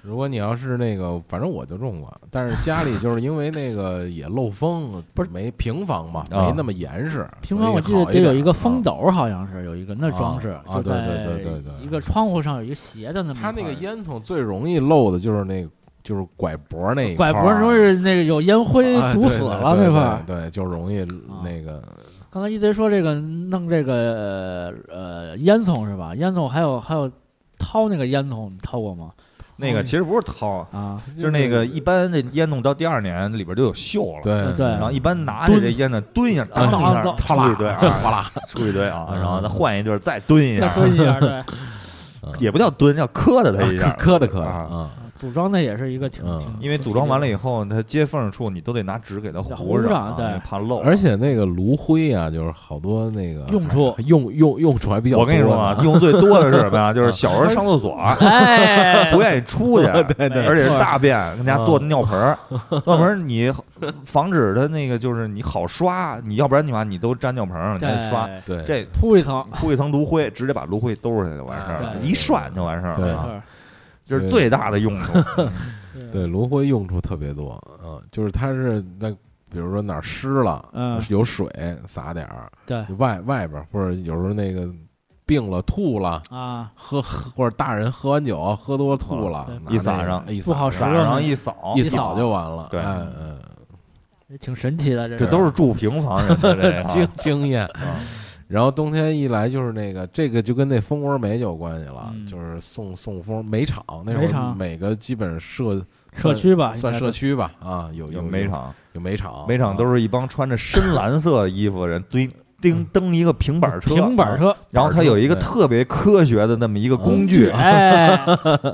如果你要是那个，反正我就中过，但是家里就是因为那个 也漏风，不是没平房嘛，啊没那么严实。平房我记得所以好一得有点一个风啊斗儿，好像是有一个那装置啊，啊就对在对对对对一个窗户上有一个斜的那么一块它儿。那个烟囱最容易漏的就是那个，就是拐脖那一块拐儿脖容易那个有烟灰啊堵对死对了对那块儿。啊对，对就容易那个刚才一贼说这个弄这个呃烟囱是吧？烟囱还有还有掏那个烟囱，你掏过吗？那个其实不是掏， 啊，就是那个一般这烟囱到第二年里边就有锈了，对对然后一般拿着这烟呢蹲一下，啊当一下当出一堆啊，哗啦，出一堆啊，嗯然后再换一地儿再蹲一再啊下，蹲一下，对，也不叫蹲，叫磕的它一下，磕的磕的啊啊，组装的也是一个挺嗯挺，因为组装完了以后，它接缝处你都得拿纸给它糊糊上上啊，对怕漏。而且那个炉灰啊，就是好多那个用处还用用用处还比较多我呢。跟你说啊，用最多的是什么 呀？就是小时候上厕所 哎，不愿意出去，对对，而且是大便，跟家嗯坐尿 盆儿，尿盆儿你防止它那个就是你好刷，你要不然的话你都粘尿盆儿了，你还得对刷。对这铺一层，铺一层芦灰，直接把芦灰兜出来就完事儿啊了，对一涮就完事儿对了啊，这是最大的用 处。是对，炉灰用处特别多啊，就是它是那比如说哪儿湿了，嗯有水撒点儿，对外外边儿或者有时候那个病了吐了。啊，喝喝或者大人喝完酒喝多吐了对，拿一撒那个上哎一不好撒撒上使上一扫一，一扫扫就完了。对嗯 嗯，也挺神奇的，这这是都是住平房人的这 经个经验。啊。然后冬天一来就是那个，这个就跟那蜂窝煤就有关系了，嗯就是送送蜂煤场那煤会儿场每个基本社社区吧，算应该社区吧啊， 有有有煤场，有煤场，煤场啊都是一帮穿着深蓝色衣服的人堆嗯钉蹬一个平板车，啊平板车然后它有一个对特别科学的那么一个工具， 哎，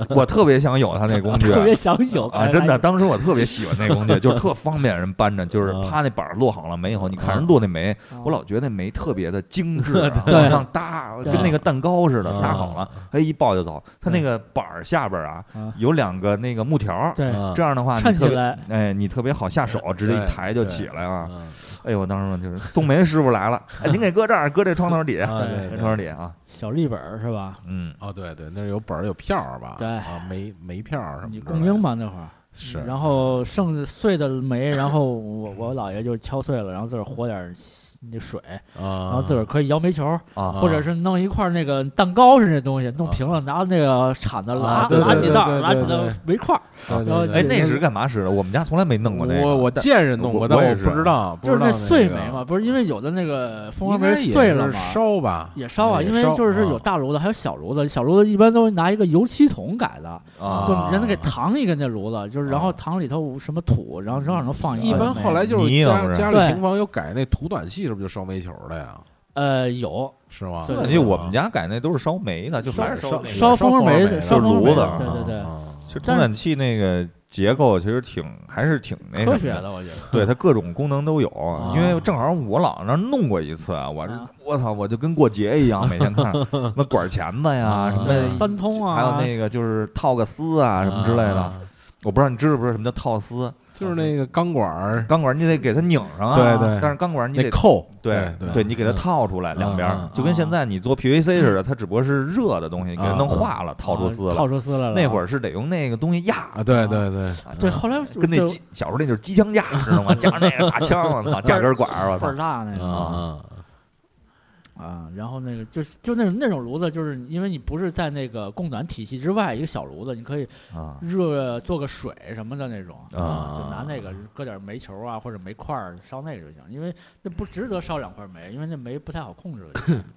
我特别想有它那工具。 特别想有啊，真的，，当时我特别喜欢那工具，就是特方便人搬着，就是啊啪那板儿落好了煤以后，你看人落那煤，哎我老觉得那煤特别的精 致啊，对往上搭，对跟那个蛋糕似的，啊搭好了，哎，一抱就走。它那个板儿下边儿啊啊，有两个那个木条儿，对啊这样的话串你起特别，来，嗯哎，你特别好下手，直接一对抬就对起来啊。啊哎呦，我当时我就是送煤师傅来了，哎，您给搁这儿，搁这窗头底下，啊对对这对窗头底下啊，小立本儿是吧？嗯，哦对对，那儿有本儿有票儿吧？对啊，煤煤票儿什么你之供类应的嘛那会儿，是，然后剩碎的煤，然后我我姥爷就敲碎了，然后自个儿和点儿那水，啊，然后自个儿可以摇煤球，啊或者是弄一块儿那个蛋糕似的东西，弄平了，拿那个铲子啊拉对拉对几对道对儿，拉对几道对儿煤块儿，对对然后对哎，也那就是是干嘛使的？我们家从来没弄过那个。啊我我但见人弄过，我但我也我是不知道，不就是知道那碎个煤嘛，，不是因为有的那个蜂窝应煤该也碎了是嘛，烧吧，也烧啊，也因为就是有啊大炉子，还有小炉子，小炉子一般都拿一个油漆桶改的，啊就啊人家给搿一个那炉子，就是然啊后搿里头什么土，然后正好能放一个般煤后来就是泥啊家不是家里对平房有改那土短系，是不是就烧煤球的呀？呃有是吗？对我感觉我们家改那都是烧煤的，就还是烧那个烧烧蜂窝蜂窝煤煤的烧就是蜂窝炉煤子的啊对对对，啊其实通暖气那个结构其实挺还是挺那什么科学，的我觉得。对它各种功能都有。因为正好我姥姥那儿弄过一次啊，我是啊我操，我就跟过节一样，每天看什么管钳子呀，啊什对么。三通啊，还有那个就是套个丝啊什么之类的，啊我不知道你知道不知道什么叫套丝？就是那个钢管儿，钢管你得给它拧上啊，对对但是钢管你那得扣，对哎对你给它套出来嗯两边儿嗯，就跟现在你做 PVC 似的，它只不过是热的东西，你给它啊弄化了，套套出丝套了。出丝来了。那会儿是得用那个东西压，啊啊，对对对，对，后来跟那就机小时候那就是机枪架，知道吗？架上那个大枪，我操，架根管儿，我倍操儿，大那个啊啊，然后那个就是就那种那种炉子，就是因为你不是在那个供暖体系之外一个小炉子，你可以啊热做个水什么的那种。啊！就拿那个搁点煤球啊或者煤块儿烧那个就行，因为那不值得烧两块煤，因为那煤不太好控制。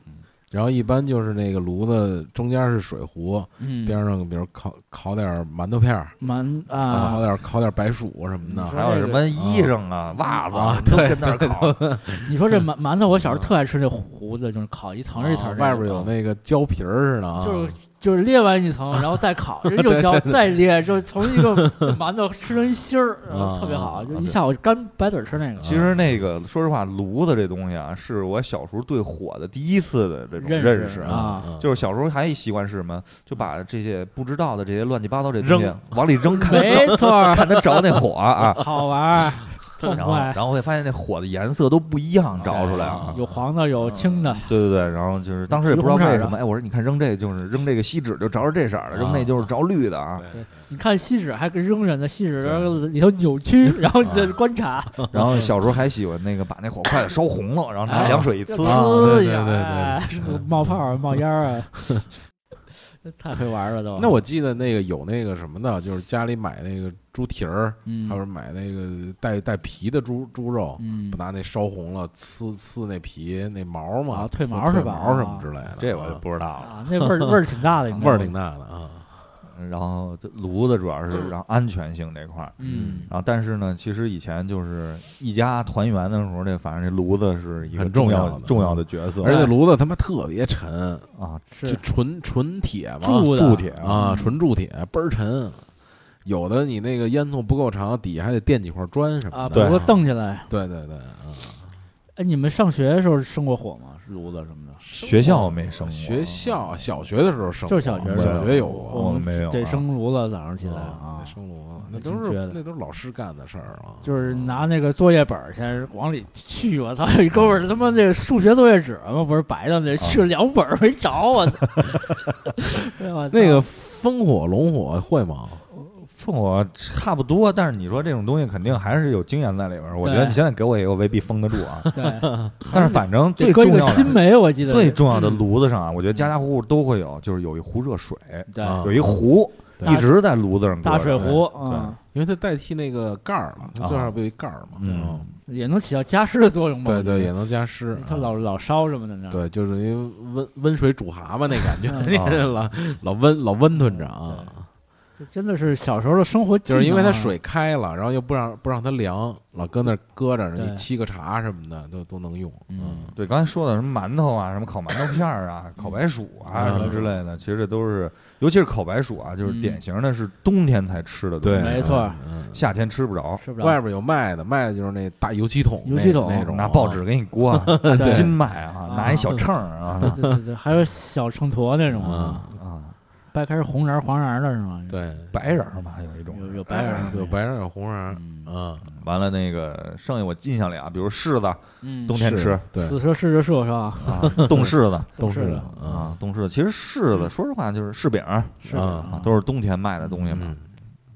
然后一般就是那个炉子中间是水壶，嗯，边上比如烤烤点儿馒头片儿，蛮烤啊，点儿烤点儿白薯什么的你，还有什么衣裳啊、袜子嗯啊都对跟那儿烤，你说这馒馒头，我小时候特爱吃那糊子，就是烤一层一层啊那个，外边有那个胶皮儿似的啊，就是就是裂完一层，然后再烤， 这又焦再裂，就是从一个 馒头吃成一芯儿，然后特别啊好，就啊一对啊下午干白嘴儿吃那个。其实那个说实话，炉子这东西啊，是我小时候对火的第一次的这种认识认识啊就是小时候还一习惯是什么，就把这些不知道的这些乱七八糟这东西扔往里扔，看它没着，错儿，看它着那火啊。好玩儿， 痛然后，快哎然，后会发现那火的颜色都不一样，着出来啊对。有黄的，嗯有青的，对对对，然后就是当时也不知道为什么，哎，我说你看扔这就是扔这个锡纸就着着这色儿的，扔那就是着绿的啊。对你看锡纸还跟扔着呢，锡纸里头扭曲，然后你再观察，然后小时候还喜欢那个把那火筷子烧红了，然后拿哎凉水一呲。啊呲一对下，对对哎冒泡儿冒烟儿 啊，这太会玩儿了都。那我记得那个有那个什么的，就是家里买那个猪蹄儿，嗯还有买那个带带皮的猪猪肉，嗯不拿那烧红了呲呲那皮那毛嘛，啊褪毛褪是吧毛什么之类的，这我就不知道了。啊，那 味儿味儿挺大的，你知味儿道吗挺大的啊。然后这炉子主要是然后安全性这块儿，嗯然后但是呢，其实以前就是一家团圆的时候，这反正这炉子是一个很重要要的重要的角色而且炉子他妈特别沉，啊。就是纯纯铁嘛，铸的嗯铸铁啊，纯铸铁倍儿沉。有的你那个烟囱不够长，底下还得垫几块砖什么啊，把的。对炉子蹬起来。对对对啊，哎，你们上学的时候生过火吗？炉子什么的？学校没生过，学校小学的时候生过，就是小学的时候小学有我过。我们没有啊得生炉子，早上起来啊啊，那，生炉，那那挺都绝的是那都是老师干的事儿啊。就是拿那个作业本儿先往里去。我操， 有一哥啊们儿他妈那个数学作业纸嘛，不是白的，那去了两本儿没着我 操。哎呀我操那个烽火龙火会吗？烽火差不多，但是你说这种东西肯定还是有经验在里边儿。我觉得对你现在给我也有未必封得住 啊。对，但是反正得最搁一重个要新的、煤，我记得最是重要的炉子上啊，我觉得家家户户都会有，就是有一壶热水，对啊有一壶对一直在炉子上搁嗯大着水壶，对嗯，因为它代替那个盖儿了，它啊最上不有一盖儿嘛？嗯嗯，也能起到加湿的作用吧？对对，也能加湿。它啊嗯老老烧什么的呢？对，就是一温温水煮蛤蟆那感觉，啊 嗯老老温老温吞着啊，这真的是小时候的生活技就能啊，是因为它水开了，然后又不让不让它凉，老搁那儿搁着，对你沏个茶什么的都都能用。嗯对，刚才说的什么馒头啊，什么烤馒头片儿啊，烤白薯啊，嗯什么之类的，其实这都是，尤其是烤白薯啊，就是嗯典型的是冬天才吃的东对，西，没错，嗯，夏天吃不着，是不是？外边有卖的，卖的就是那大油漆桶那，油漆桶那种啊拿报纸给你刮，哦对 新买啊，啊拿一小秤儿啊 对对对对，还有小秤砣那种啊，啊，啊，掰开是红瓤儿黄瓤儿的是吗？，对，白瓤儿嘛有一种，嗯有有白瓤儿，有白瓤有红瓤儿，嗯啊，完了那个剩下我印象里啊，比如柿 子，嗯，冬天吃是，对，死蛇是蛇是我说啊， 啊，冻柿子都是是的嗯的，啊，冻柿子，其实柿子说实话就是柿饼儿是啊啊啊，，都是冬天卖的东西嘛嗯，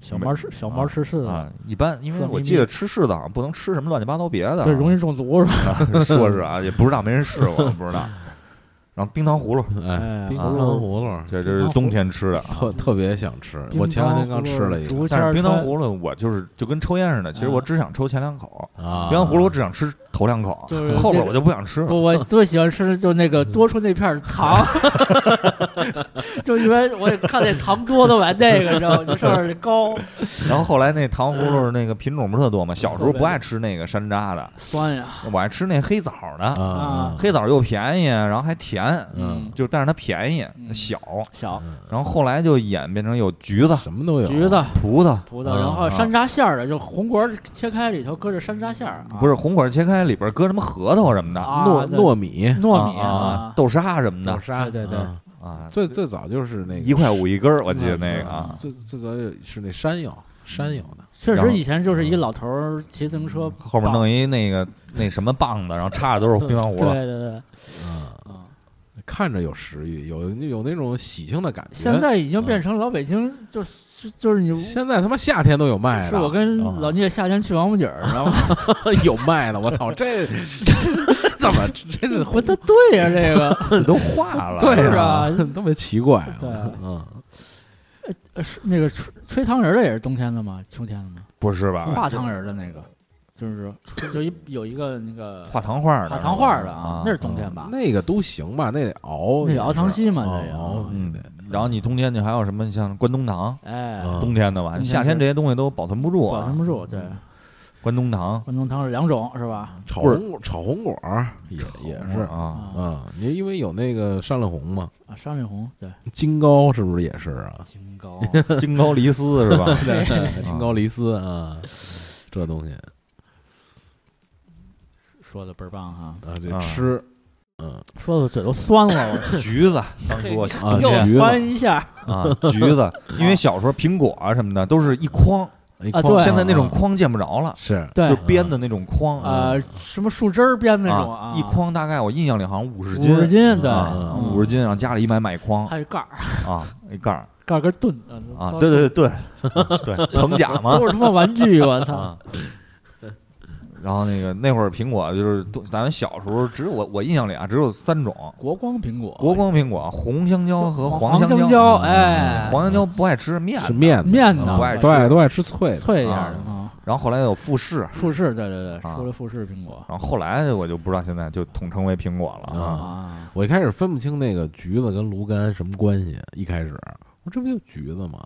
小猫吃小猫吃柿子，啊，一般因为我记得吃柿子好像不能吃什么乱七八糟别的啊，最 容易中毒是吧？说是啊，也不知道没人试过，不知 道。然后冰糖葫芦，哎，哎冰啊糖葫芦，这这是冬天吃的啊。特特别想吃，我前两天刚吃了一个但是冰糖芦，葫芦，我就是就跟抽烟似的，其实嗯我只想抽前两口，啊，冰糖葫芦我只想吃头两口就是这，个后边我就不想吃了。不，我最喜欢吃的就是那嗯个多出那片儿 糖， 就因为我也看那糖多的玩那个，你知道吗？就上面 高然后后来那糖葫芦那个品种不是特多嘛，小时候不爱吃那个山楂的，酸呀，我爱吃那黑枣的，啊，黑枣又便宜，然后还甜，嗯嗯，就但是它便宜嗯小。小然后后来就演变成有橘子、什么都有，橘子、葡萄，葡啊萄，然后山楂馅儿的，就红果儿切开里头搁着山楂馅儿，啊不是红果切开里边搁什么核桃什么的，啊糯对糯米、糯米啊啊，豆沙什么的豆沙，对对对啊啊，最最早就是那个一块五一根儿，我记得嗯那个啊，最最早是那山药，山药的，确然后实以前嗯就是一老头儿骑自行车棒，后面弄一那个那什么棒子，然后插的都是冰糖葫芦。嗯对对对，嗯，啊，看着有食欲，有有那种喜庆的感觉。现在已经变成老北京，就是就是你，是现在他妈夏天都有卖的，我跟老聂夏天去王府井儿，啊然后 有卖的，我操，这这怎么这这不太对呀，这个这都化 了。对是啊特别奇怪啊，对嗯，呃是那个吹吹糖人儿的也是冬天的吗？秋天的吗？不是吧？画糖人儿的那个，就是就一有一个那个画糖画的，画糖画儿的啊，那是冬天吧？嗯那个都行吧，那得熬，那得熬糖稀嘛也那是哦个熬，嗯对。然后你冬天你还有什么像关东糖，哎，嗯冬天的吧？冬天夏天这些东西都保存不住保啊存。不住，对，关东糖关东糖是两种是吧？炒不是红炒红果儿也也是，啊，啊嗯，你因为有那个山乐红嘛，啊，山里红对， 金糕是不是也是啊？金糕，金高离丝是吧？ 对，金糕梨丝啊，这东西啊说的倍儿棒哈，啊，这啊吃，嗯，说的嘴都酸了，我橘子当初啊 又橘子翻一下，啊，橘子，因为小时候苹果啊什么的都是一筐，一啊筐对现在那种筐见不着了，是对就，编的那种筐啊呃，什么树枝儿编那种啊，一筐大概我印象里好像五十斤，五十斤，对，啊，嗯五十斤，然后家里一买买一筐还有盖儿，啊，一盖儿盖儿跟盾啊，对，对对对对，藤甲 嘛都是他妈玩具，我操！啊。然后那个那会儿苹果就是都咱们小时候只有我我印象里啊只有三种，国光苹果， 国光苹果、红香蕉和黄香香蕉。嗯哎，黄香蕉不爱吃面是，面的面的不爱都吃。爱都爱吃脆的，脆一点儿的啊，然后后来有富士，富士，对对对，啊说了富士苹果然后后来我就不知道现在就统称为苹果了啊啊，我一开始分不清那个橘子跟芦柑什么关系，一开始我说这不就橘子吗？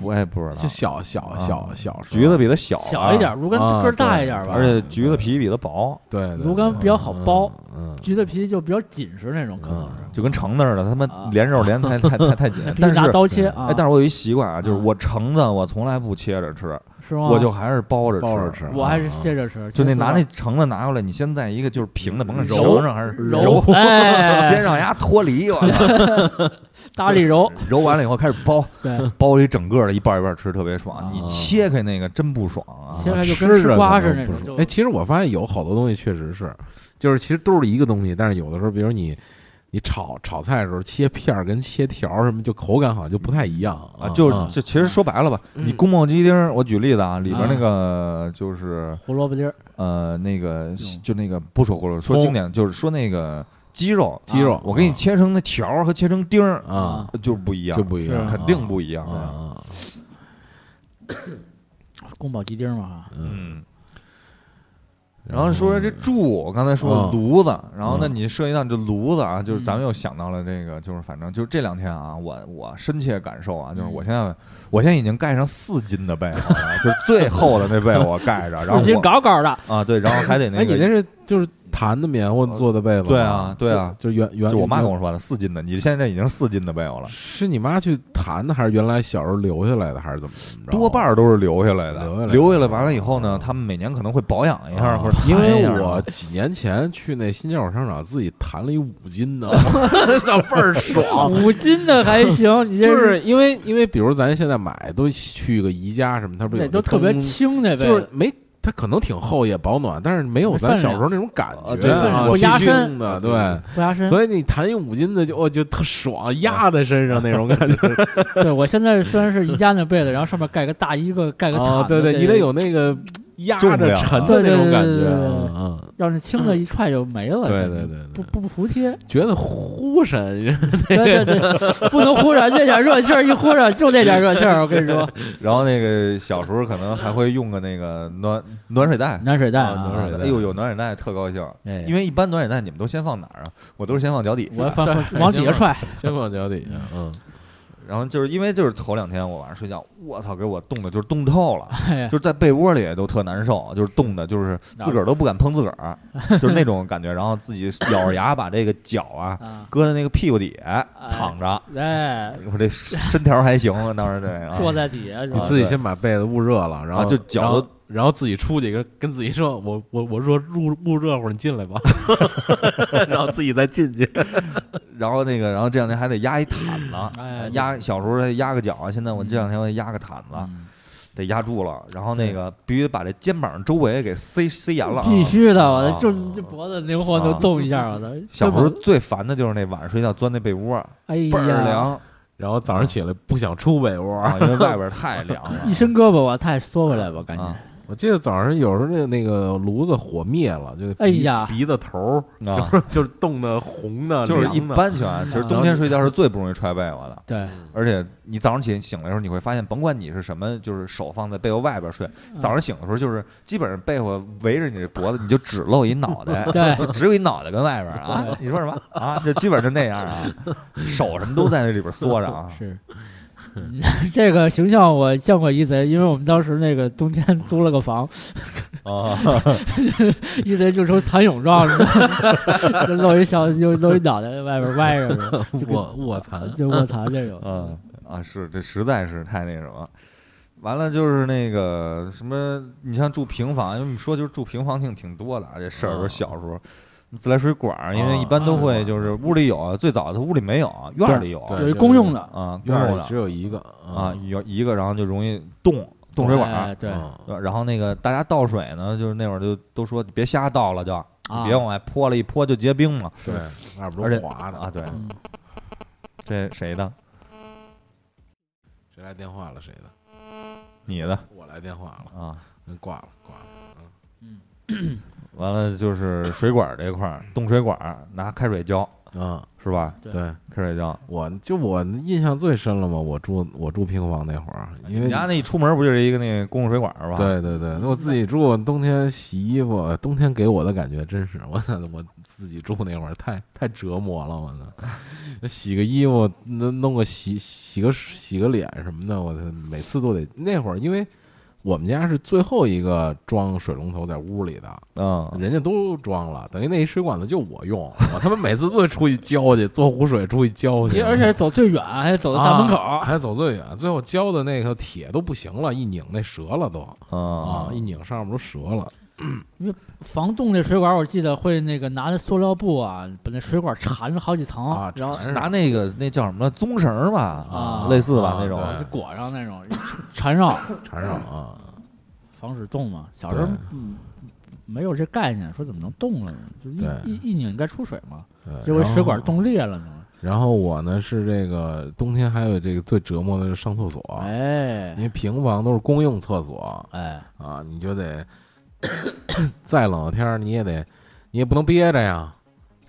我也不知道就，小小啊小小时候橘子比它小、啊，小一点，，芦柑啊根儿大对一点吧而。且橘子皮比它薄，对对芦柑比较好剥，嗯，嗯橘子皮就比较紧实那种，可能是。嗯就跟橙子似的，他啊们连肉连太太太太 紧那。必须但是拿，刀切啊！哎，但是我有一习惯啊，就是啊我橙子我从来不切着吃，是吗？我就还是剥着剥着吃，我还是啊歇着吃，就那拿那切橙子拿过来，你先在一个就是平的，甭管是嗯揉墙上还是丝儿揉， 先哎，让牙脱离，我操 大力揉，揉完了以后开始剥，对，剥一整个的，一半一半吃，特别爽啊。你切开那个真不爽啊！切开就吃跟着瓜可似能的那不种，是就哎，其实我发现有好多东西确实是，就是其实都是一个东西，但是有的时候，比如你你炒炒菜的时候切片儿跟切条儿什么，就口感好像就不太一样啊，就是啊这其实说白了吧，你宫保鸡丁儿，我举例子啊，里边那个就是胡萝卜丁儿，呃那个嗯就那个不说胡萝卜，说葱经典就是说那个鸡肉，啊鸡肉，我给你切成那条儿和切成丁儿啊就是不嗯一样，就不一样，是肯定不一样啊。啊，宫保鸡丁嘛，嗯。然后说这柱，我刚才说嗯炉子，然后呢，嗯你涉及到这炉子啊，就是嗯咱们又想到了这个，就是反正就是这两天啊，我我深切感受啊，就是嗯我现在我现在已经盖上四斤的被子 了，就是最厚的那被我盖着，然后四斤我高高的，啊对，然后还得哎，那你那个，是就是弹的棉花做的被子吗？对啊对啊就，就原原就我妈跟我说的四斤的，你现在已经是四斤的被我了，是你妈去弹的，还是原来小时候留下来的，还是怎么怎么着？多半儿都是留下来的留下来，的嗯啊留下来完了以后呢，他们每年可能会保养一下或者因弹一为下啊我几年前去那新街口商场自己弹了一五斤的，操倍儿爽。 啊五斤的还行，你这哦就是因为因为比如咱现在买都去个宜家什么，它不是那有都特别称轻那呗，就是没它可能挺厚也保暖，但是没有咱小时候那种感啊觉对啊，不压身嗯轻的对。不压身。所以你弹一五斤的就哦就特爽，压在身上那种感觉。对我现在虽然是宜家那被子，然后上面盖个大衣，个盖个啊毯，对对，你得有那个压重着量沉的对那对种对感对觉。对对嗯嗯，要是轻的一踹就没了，对对对不对，不服帖，觉得呼 神对对对，不能忽然那点热气儿，一忽然就那点热气儿，我跟你说，然后那个小时候可能还会用个那个暖暖水袋， 暖水袋啊啊暖，水袋哎呦，有暖水袋特高兴，哎因为一般暖水袋你们都先放哪儿啊？我都是先放脚底我下，反往底下踹，先放脚底下，嗯，然后就是因为就是头两天我晚上睡觉，我操，给我冻的就是冻透了， 哎呀就是在被窝里都特难受，就是冻的，就是自个儿都不敢碰自个 儿，就是那种感觉，然后自己咬着牙把这个脚啊啊，搁在那个屁股底下躺着，哎，我这身条还行吗？当时这个坐啊，在底下是你吧啊？自己先把被子捂热了，然后啊就脚然后都然后自己出去跟跟自己说，我我我说入捂热乎，你进来 吧， 然后自己再进去。然后那个，然后这两天还得压一毯子。呃哎，压小时候还压个脚啊，现在我这两天我得压个毯子，嗯得压住了。然后那个必须得把这肩膀周围给塞塞严了、啊。必须的，我的啊就是这脖子灵活能动一下，我的小时候最烦的就是那晚上睡觉钻那被窝，哎倍儿呀，。凉啊然后早上起来不想出被窝。啊，因为外边太凉了一伸胳膊我太缩回来吧，赶紧。啊，我记得早上有时候那那个炉子火灭了，就哎呀鼻鼻子头儿啊就是就是冻的红的，就是一凉的般情况下，其嗯实冬天睡觉是最不容易揣被窝的。对，而且你早上起醒来的时候，你会发现，甭管你是什么，就是手放在被窝外边睡，早上醒的时候就是基本上被窝围着你的脖子，你就只露一脑 袋，对就只有一脑袋跟外边儿啊。 你说什么啊？就基本就那样 啊，手什么都在那里边缩着 啊。是。 嗯这个形象我见过一贼，因为我们当时那个冬天租了个房，啊，一贼就成蚕蛹状，你知道吗 就露一小，就露一脑袋在外边歪着呢，就跟卧卧蚕， 就卧蚕这种。 嗯啊，是这实在是太那什么。完了就是那个什么，你像住平房，因为我们说就是住平房挺挺多的啊，这事儿啊都是小时候。自来水管儿，因为一般啊都啊会就是屋里有，最早它屋里没有，院儿对里有对有一公用的啊，公院儿用里只的有一个啊，有一个，然后就容易冻冻水管哎儿。对，嗯呃然后那个大家倒水呢，就是那会儿就都说你别瞎倒了就，你啊别往外泼了，一泼就结冰嘛。对，外边而且都滑的啊，对，嗯这谁的？谁来电话了？谁的？你的我来电话了，啊。嗯挂了，挂了。完了就是水管儿这一块儿，冻水管儿拿开水浇，啊，是吧？对对，开水匠，我就我印象最深了嘛，我住我住平房那会儿，因为你家那一出门不就是一个那公共水管是吧？，对对对，我自己住，冬天洗衣服，呃冬天给我的感觉真是，我操，我自己住那会儿太太折磨了，我操， 洗个衣服，弄弄个洗洗个洗个脸什么的，我操，每次都得那会儿，因为我们家是最后一个装水龙头在屋里的，嗯，人家都装了，等于那一水管子就我用，我他妈每次都得出去浇去，做湖水出去浇去，而且走最远还走到大门口，啊还走最远，最后浇的那个铁都不行了，一拧那折了都。啊啊，一拧上面都折了。防冻那水管，我记得会那个拿那塑料布啊，把那水管缠上好几层，啊然后缠拿那个那叫什么棕绳儿吧，啊类似吧啊那种，对裹上那种缠绕，缠上啊，防止冻嘛。小时候对嗯没有这概念，说怎么能冻了呢？就一对一一拧该出水嘛，对结果然后水管冻裂了呢。然后我呢是这个冬天还有这个最折磨的是上厕所，哎因为平房都是公用厕所哎，啊，你就得 再冷的天儿你也得，你也不能憋着呀，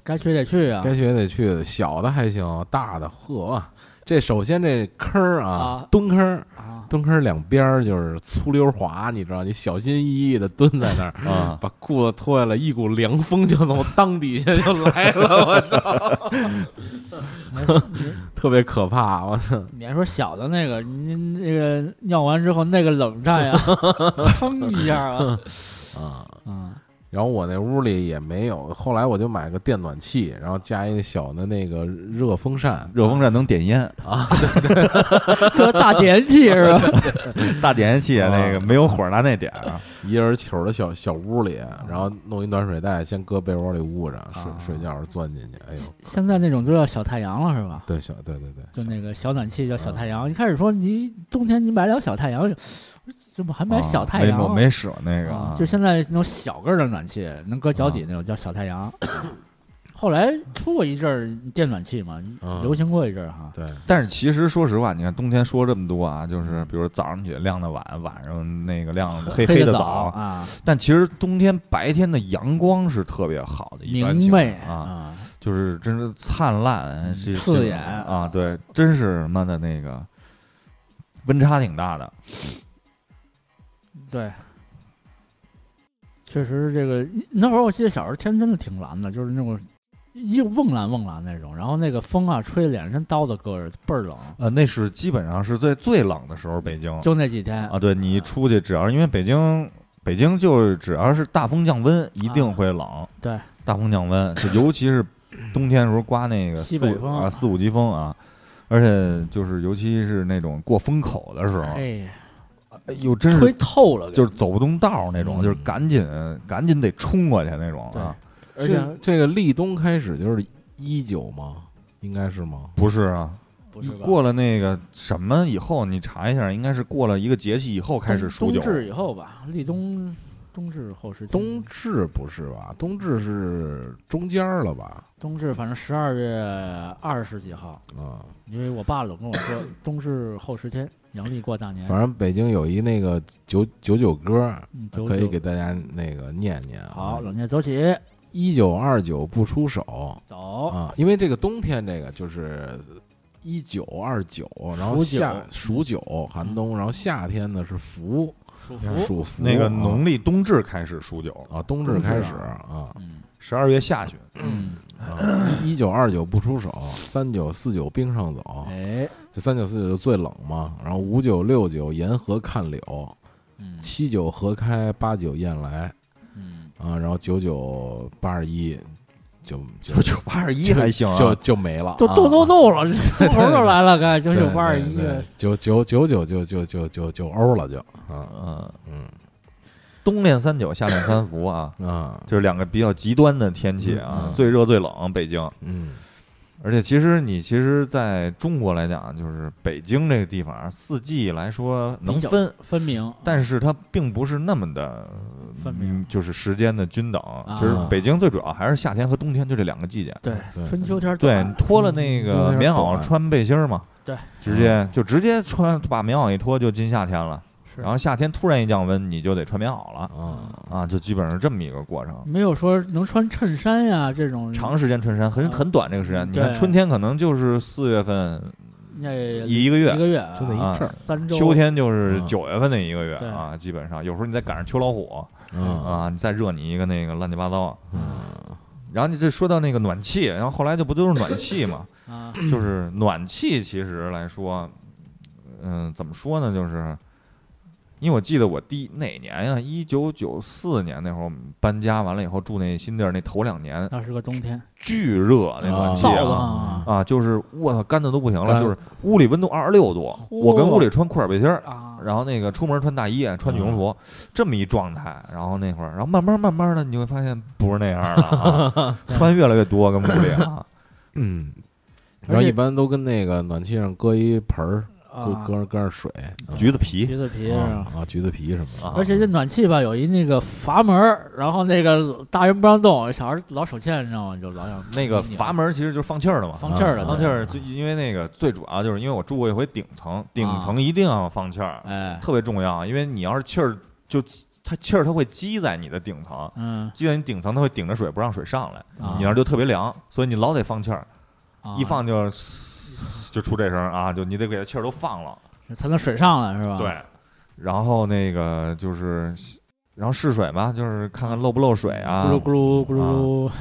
该去得去啊。该去也得去。小的还行，大的呵，这首先这坑儿啊啊，蹲坑儿，啊，蹲坑儿两边儿就是粗溜滑，你知道，你小心翼翼的蹲在那儿，啊，把裤子脱下来，一股凉风就从裆底下就 来了，我操， 特别可怕，我操！你还说小的那个，你你那个尿完之后那个冷战呀，砰一下 啊，啊、嗯，然后我那屋里也没有，后来我就买个电暖气，然后加一个小的那个热风扇，热风扇能点烟，啊这大电器是吧？ 大点烟器啊那个没有火儿拿那点儿， 啊一人球的小小屋里，然后弄一暖水袋，先搁被窝里捂着，睡、睡觉时候钻进去。哎呦，现在那种都叫小太阳了是吧？对小对对对，就那个小暖气叫嗯小太阳。一开始说你冬天你买了小太阳，我说怎么还买小太阳没啊？我没使过那个啊啊，就现在那种小个儿的暖气，能搁脚底那种叫小太阳。后来出过一阵儿电暖气嘛，嗯流行过一阵儿哈。对但是其实说实话，你看冬天说这么多啊，嗯就是比如早上起来晾的晚，晚上那个晾 的黑黑的早早，啊，但其实冬天白天的阳光是特别好的，一般明情媚嗯况啊，，就是真是灿烂，是刺是眼啊，对，真是妈的那个温差挺大的，对。确实，这个那会儿我记得小时候天真的挺蓝的，就是那种一瓮蓝瓮蓝那种，然后那个风啊吹脸上跟刀子割着，倍儿冷。呃，那是基本上是在最冷的时候，北京就那几天啊，对你一出去，只要是因为北京，北京就是只要是大风降温，一定会冷。啊对，大风降温，就尤其是冬天的时候刮那个西四北五风啊，四五级风啊，而且就是尤其是那种过风口的时候，嘿，哎呦，真吹是透了，就是走不动道那种，嗯就是赶紧赶紧得冲过去那种对啊，这而且这个立冬开始就是一九吗？应该是吗？不是啊。不是吧过了那个什么以后，你查一下，应该是过了一个节气以后开始数九冬，至以后吧，立冬，冬至后是冬至不是吧？冬至是中间儿了吧？冬至，反正十二月二十几号，啊、因为我爸老跟我说冬至后十天，阳历过大年，反正北京有一那个九九九歌，嗯，九可以九给大家那个念念啊。好，冷箭走起，一九二九不出手走，啊，因为这个冬天这个就是一九二九，然后数九夏数九寒冬，然后夏天呢是伏，舒属伏那个哦啊农历冬至开始数九，啊冬至开始冬至啊嗯十二月下旬。嗯，一九二九不出手，三九四九冰上走，哎，这三九四九就最冷嘛，然后五九六九沿河看柳，嗯七九河开，八九雁来嗯，啊，然后九九八十一就就九九八十一还行啊，就就没了，都啊都都都 了，丝猴都来了，该九对九八二一对对九九九九就就就就就欧了就啊嗯，嗯冬练三九，夏练三伏啊，啊就是两个比较极端的天气嗯啊，嗯最热最冷，北京。嗯而且其实你其实在中国来讲，啊就是北京这个地方啊，四季来说能比较嗯分，分明，但是它并不是那么的，分明嗯，就是时间的均等。啊其实北京最主要还是夏天和冬天就这两个季节。对对春秋天对，短你脱了那冬个天棉袄短穿背心儿嘛，对，直接就直接穿把棉袄一脱就进夏天了。是然后夏天突然一降温，你就得穿棉袄了啊，啊，就基本上这么一个过程。没有说能穿衬衫呀这种长时间穿衫很嗯啊很短，这个时间，你看对春天可能就是四月份那一个月一，个月就那啊啊一阵儿三周秋天就是啊九月份那一个月对啊，基本上有时候你再赶上秋老虎啊啊，你再热你一个那个乱七八糟。嗯然后你这说到那个暖气，然后后来就不都是暖气嘛，啊就是暖气其实来说，嗯、怎么说呢，就是。因为我记得我第哪年呀、一九九四年那会儿，我们搬家完了以后住那新地儿，那头两年那是个冬天巨热，那暖气燥啊的啊，慌啊，就是我操，干的都不行了，干就是屋里温度二十六度，我跟屋里穿裤儿背心儿，啊然后那个出门穿大衣，穿羽绒嗯服，这么一状态。然后那会儿，然后慢慢慢慢的，你会发现不是那样了、啊， 对穿越来越多，跟屋里 啊，嗯，而然后且一般都跟那个暖气上搁一盆儿，搁啊搁上搁上水，啊橘子皮橘子皮是吧啊啊橘子皮什么的，啊，而且这暖气吧，有一那个阀门儿，然后那个大人不让动，小孩儿老手欠，你知道吗？就老想那个阀门其实就是放气儿的嘛。放气儿的，啊放气对儿，就因为那个最主要就是因为我住过一回顶层，顶层一定要放气儿，啊哎，特别重要。因为你要是气儿就它气儿它会积在你的顶层，嗯，积在你顶层它会顶着水不让水上来，啊你那儿就特别凉，所以你老得放气儿，啊一放就嘶就出这声儿啊，就你得给它气儿都放了。才能水上来是吧？对，然后那个就是，然后试水嘛，就是看看漏不漏水啊咕。噜咕噜咕噜咕噜，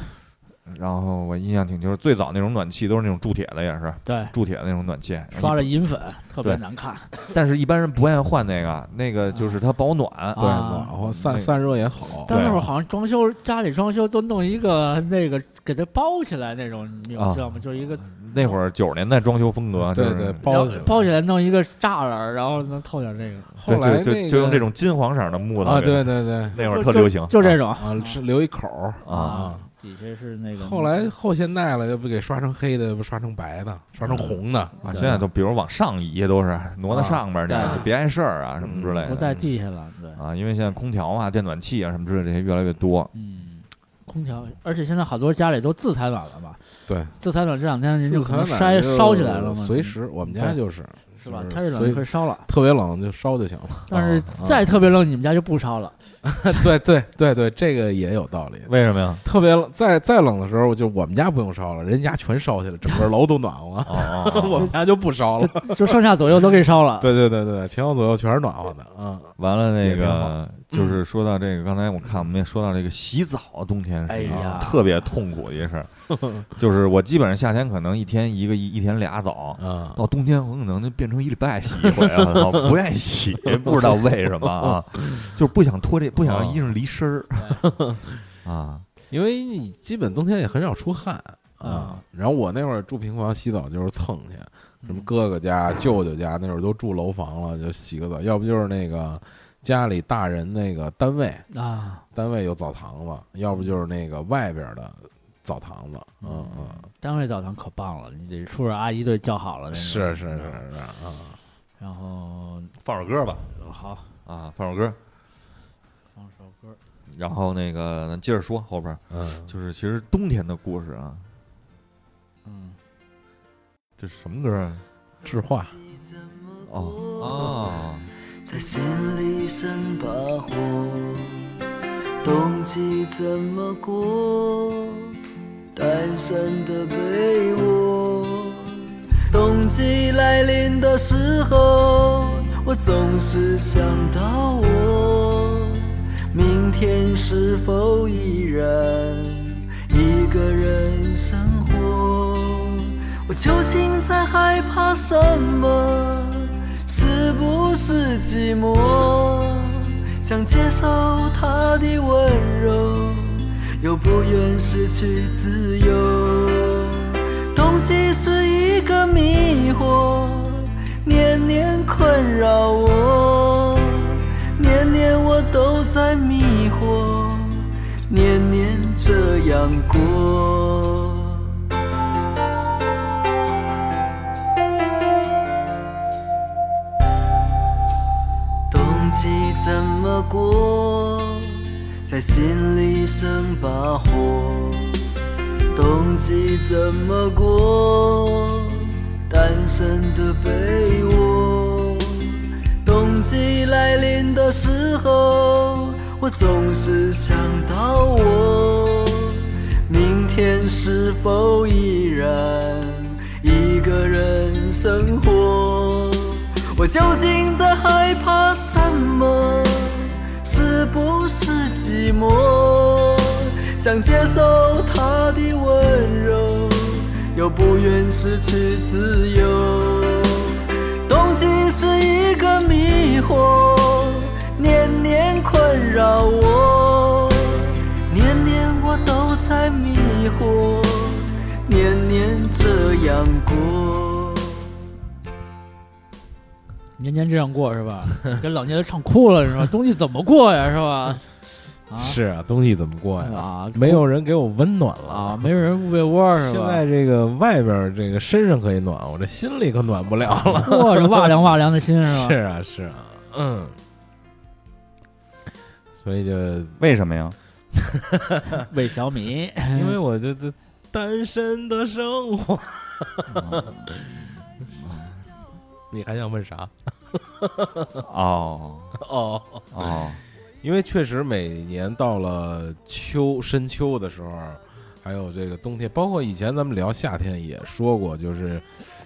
然后我印象挺清楚，最早那种暖气都是那种铸铁的，也是对，铸铁的那种暖气，刷着银粉特别对难看，但是一般人不爱换那个，那个就是它保暖。对，啊暖和散那散热也好，但对那会儿好像装修家里装修都弄一个那个给它包起来那种，你啊知道吗？就一个那会儿九十年代装修风格，就对是对，然后包起来包起来弄一个栅栏，然后能透点这个。后对来就那就就用个这种金黄色的木头啊，给对对对那会儿就特就流行，就这种啊，是留一口儿啊。嗯啊。底下是那个。后来后现代了，要不给刷成黑的，要不刷成白的，刷成红的啊，现在都比如往上移都是挪到啊上面去，对就别碍事儿啊什么之类的。不在地下了，对，啊，因为现在空调啊、电暖气啊什么之类的这些越来越多。嗯，空调，而且现在好多家里都自采暖了嘛，对，自采暖这两天人自就可能残筛烧起来了嘛，随时我们家就是是吧？就是天气冷随就可以烧了，特别冷就烧就行了。 但是啊再特别冷，你们家就不烧了，对对对对，这个也有道理。为什么呀？，特别冷，再再冷的时候，就我们家不用烧了，人家全烧起来，整个楼都暖和 哦哦，我们家就不烧了。就就上下左右都给烧了。对对对对，前后左右全是暖和的啊。 完了那也挺个就是说到这个，刚才我看我们也说到这个洗澡，啊冬天哎是一呀个特别痛苦的一事儿，就是我基本上夏天可能一天一个一一天俩澡。啊到冬天，我可能就变成一礼拜洗一回啊，我操不愿意洗，不知道为什么啊，就是不想脱这，不想让衣裳离身儿 啊。因为你基本冬天也很少出汗啊。嗯然后我那会儿住平房，洗澡就是蹭去，什么哥哥家、舅舅家，那会儿都住楼房了，就洗个澡，要不就是那个家里大人那个单位，啊，单位有澡堂子，要不就是那个外边的澡堂子，嗯嗯，单位澡堂可棒了，你得叔叔阿姨都叫好了，那种是是是是啊，然后放首歌吧，好，啊，放首歌，放首歌，然后那个咱接着说后边儿，嗯，就是其实冬天的故事啊，嗯，这是什么歌啊？智化哦在心里生把火，冬季怎么过？单身的被窝，冬季来临的时候，我总是想到我，明天是否依然一个人生活？我究竟在害怕什么？是不是寂寞？想接受他的温柔，又不愿失去自由。冬季是一个迷惑，年年困扰我，年年我都在迷惑，年年这样过。冬季怎么过，在心里生把火。冬季怎么过，单身的被窝。冬旺季来临的时候，我总是想到我，明天是否依然一个人生活？我究竟在害怕什么？是不是寂寞？想接受他的温柔，又不愿失去自由。冬季是一个迷惑，年年困扰我，年年我都在迷惑，年年这样过。年年这样过是吧？ 给老年人唱哭了 是吧？冬季怎么过呀是吧？啊是啊，冬季怎么过呀？啊，没有人给我温暖了啊，没有人捂被窝是现吧？ 在这个外边儿这个身上可以暖，我这心里可暖不了了。哇，这哇凉哇凉的心是吧？是啊，是啊，嗯。所以就为什么呀？喂小米，因为我这这单身的生 活，你还想问啥？哦 哦，哦，因为确实每年到了秋深秋的时候，还有这个冬天，包括以前咱们聊夏天也说过，就是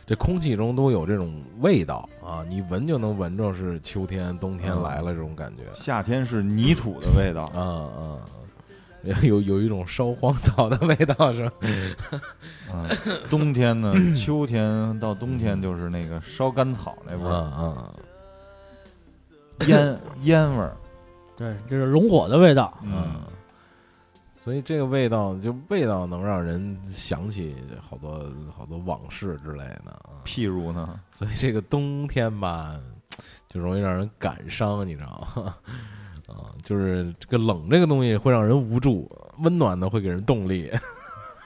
这空气中都有这种味道啊，你闻就能闻着是秋天、冬天来了这种感觉。，夏天是泥土的味道嗯嗯，有有一种烧荒草的味道是吧？嗯，冬天 呢，秋天到冬天就是那个烧干草那味儿，嗯烟烟味儿，对，就是龙火的味道。嗯，所以这个味道就味道能让人想起好多好多往事之类的啊。譬 如呢，所以这个冬天吧，就容易让人感伤，你知道吗？ 啊，就是这个冷这个东西会让人无助，温暖呢会给人动力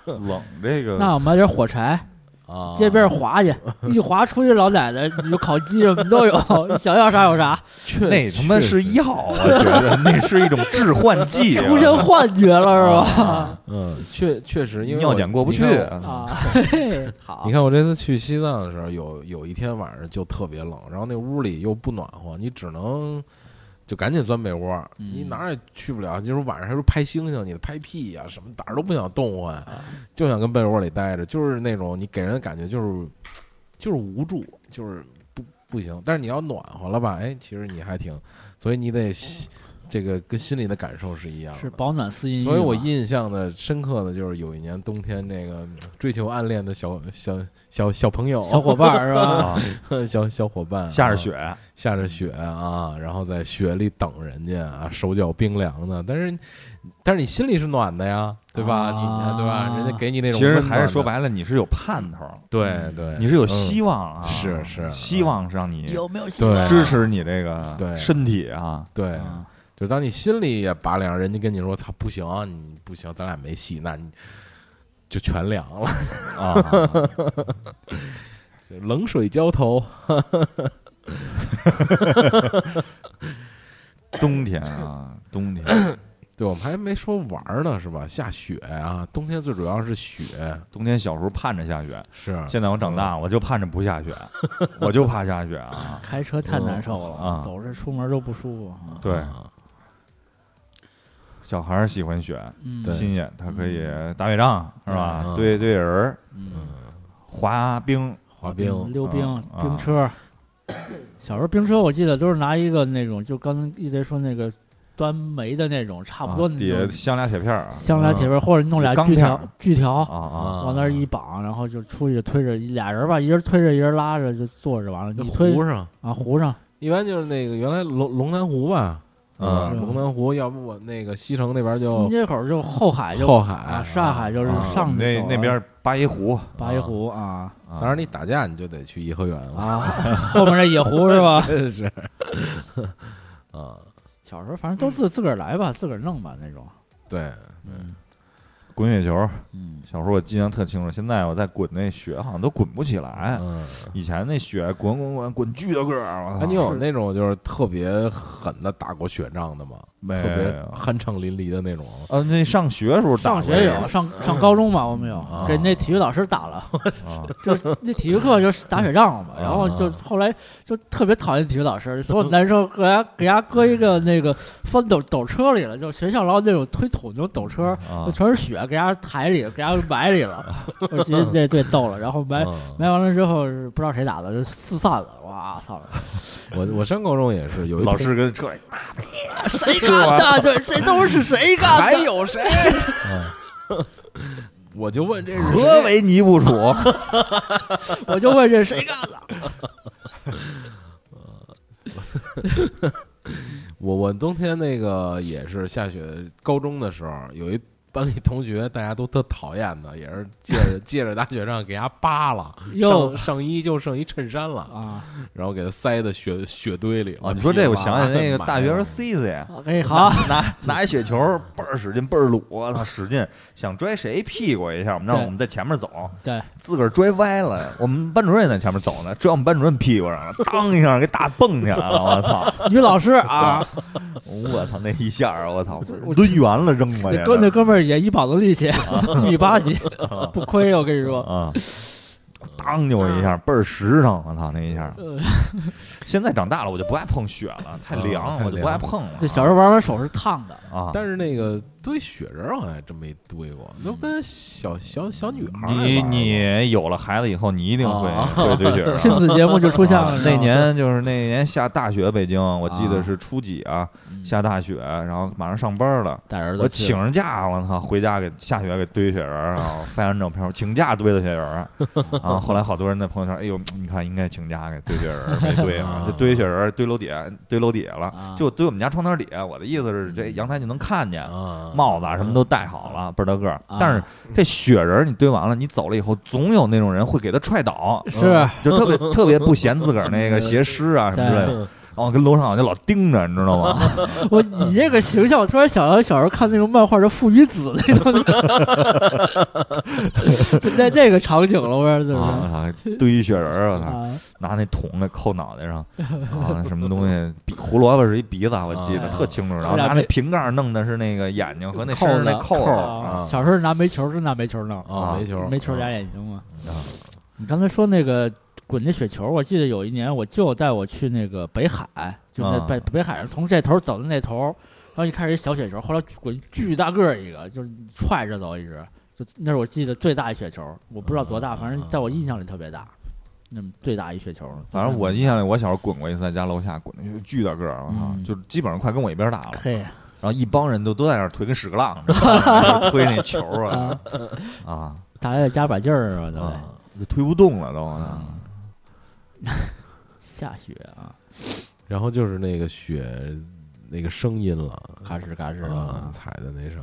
冷这那个我买点火柴，啊。街边 划去，一划出去，老奶奶有烤鸡什么都有，想要啥有啥，确那他妈确实是药啊，我觉得 那是一种致幻剂啊，出现幻觉了是啊嗯，确确实因为尿我检过不你去看我吧？啊，嘿嘿 好你，看我这次去西藏的时候，有有一天晚上就特别冷，然后那屋里又不暖和，你只能就赶紧钻被窝，嗯你哪儿也去不了。就是晚上还说拍星星，你拍屁呀、什么胆儿都不想动换，啊就想跟被窝里待着，就是那种你给人的感觉就是就是无助，就是不不行。但是你要暖和了吧，哎，其实你还挺，所以你得这个跟心里的感受是一样的。嗯是保暖思淫欲嘛，所以我印象的深刻的就是有一年冬天，那个追求暗恋的小小小小朋友、小伙伴儿是吧？啊，伴、小小伙伴，下着啊雪，下着雪啊，然后在雪里等人家啊，手脚冰凉的，但是但是你心里是暖的呀，对吧？啊你对吧？人家给你那其种实温暖还是说的，白了，你是有盼头，对对，你是有嗯希望啊，是是希望是让你有没有希对望？支持你这个对身体啊，对，啊就当你心里也拔凉，人家跟你说“操，不行，你不行，咱俩没戏”，那你就全凉了， 啊，冷水浇头。冬天啊，冬天，对，我们还没说玩儿呢，是吧？下雪啊，冬天最主要是雪，冬天小时候盼着下雪，是现在我长大我就盼着不下雪，我就怕下雪 啊，开车太难受啊哦了，走着出门都不舒服。啊对，啊小孩儿喜欢雪，嗯，对新鲜，他可以打雪仗是吧嗯？对对人儿，嗯，滑冰，滑冰，溜冰啊、啊冰车。小时候冰车我记得都是拿一个那种，就刚才一直说那个端煤的那种，差不多啊那底种下镶俩铁片儿镶俩铁片儿，或者弄俩有钢锯片条儿锯条啊啊，往那儿一绑，然后就出去推着俩人吧，一人推着一人拉着就坐着，完了就一推湖上，啊湖上一般就是那个原来龙龙潭湖吧，啊嗯龙潭湖，要不我那个西城那边新就街口就后海就后海啊上海就是啊上去那走那了边儿八一湖，八一湖啊 啊当然你打架你就得去颐和园了，啊，后面那野湖是吧？ 真 是啊，嗯小时候反正都自自个儿来吧，自个儿弄吧那种。对，嗯，滚雪球。嗯，小时候我印象特清楚，现在我在滚那雪好像都滚不起来。嗯，以前那雪滚滚滚滚巨大个儿，啊我哎，操你有那种就是特别狠的打过雪仗的吗？没特别有？酣畅淋漓的那种。呃，那上学时候打上过嗯学有，上上高中嘛，我们有啊给那体育老师 打了，啊，就是那体育课就是打雪仗了嘛，然后嗯就啊后来就特别讨厌体育老师，所有男生给他给他搁一个那个翻斗斗车里了，就学校老有那种推土那种斗车，啊就全是雪，给他抬里，给他埋 里了，我觉得这最逗了。然后埋嗯埋完了之后是不知道谁打的，就四散了，哇操！我我上高中也是有一老同师跟车里 谁是吗干的？对，这都是谁干的？还有谁？啊 我就问这是谁何为尼不楚？啊我就问这谁干的？我我冬天那个也是下雪，高中的时候有一班里同学，大家都特讨厌的，也是借着借着打雪仗给他扒了，哟上上衣就剩一衬衫了，啊，然后给他塞到雪雪堆里了。啊，你说这，我想起那噼里个啪啦大学时候埋 C C。哎好，拿拿一雪球，倍儿使劲，倍儿鲁，我操，使劲想拽谁屁股一下，我们让对我们在前面走，对，自个儿拽歪了，我们班主任也在前面走呢，拽我们班主任屁股上了，当一下给打蹦起来了，我操！女老 师啊，我操，那一下儿，啊我操 我，抡圆了扔过去那哥那哥们儿也一膀子力气， 一米八 几，不亏我跟你说。啊，当就一下，倍儿实诚，我操，那一下啊呃。现在长大了，我就不爱碰雪了，太啊凉，太我就不爱凉碰了。这小时候玩玩手是烫的，啊，但是那个堆雪人儿好像还真没堆过，都跟小小小女孩儿你玩儿你有了孩子以后，你一定会啊会对雪人儿。 亲子节目就出现了啊。你知道那吗年就是那年下大雪，北京我记啊得是初几啊，嗯下大雪，然后马上上班了，带儿子我去请着假，我操，回家给下雪给堆雪人儿，然后拍张照片，我请假堆的雪人儿，啊，后来好多人在朋友圈，哎呦，你看应该请假给堆雪人儿，没堆啊啊，这堆雪人儿堆楼底下，堆楼底下啊了，就堆我们家窗台底下，我的意思是这阳台就能看见。啊帽子啊什么都戴好了，倍儿大个儿啊。但是这雪人儿你堆完了，你走了以后，总有那种人会给他踹倒，嗯是就特别特别不嫌自个儿那个鞋湿啊什么之类的。然后跟楼上就老盯着，你知道吗？我你这个形象，我突然想到小时候看那种漫画叫《父与子》那种， 就那那个场景了，我说就是啊，我操堆雪人儿，我操，啊，拿那桶给扣脑袋上，啊，什么东西，比胡萝卜是一鼻子，我记得啊特清楚。然后俩拿那鼻瓶盖弄的是那个眼睛和那身扣上那的扣儿啊啊小时候拿煤球是拿煤球弄，啊啊煤球煤球啊俩眼睛嘛。啊你刚才说那个滚那雪球，我记得有一年我舅带我去那个北海，就那啊北、北海上从这头走到那头，然后一开始一小雪球，后来滚巨大个儿一个，就是踹着走一直，就那是我记得最大一雪球，我不知道多大，反正在我印象里特别大，那么最大一雪球。反正我印象里，我小时候滚过一次，在家楼下滚的巨大个儿，我操嗯，就基本上快跟我一边大 了。 嘿然后一帮人都都在那儿推，跟屎壳郎，你知道吗推那球儿啊啊，啊大家得加把劲儿啊，对不对？啊，就推不动了都。啊我操下雪啊，然后就是那个雪那个声音了，嗯嘎吱嘎吱啊的，踩的那声。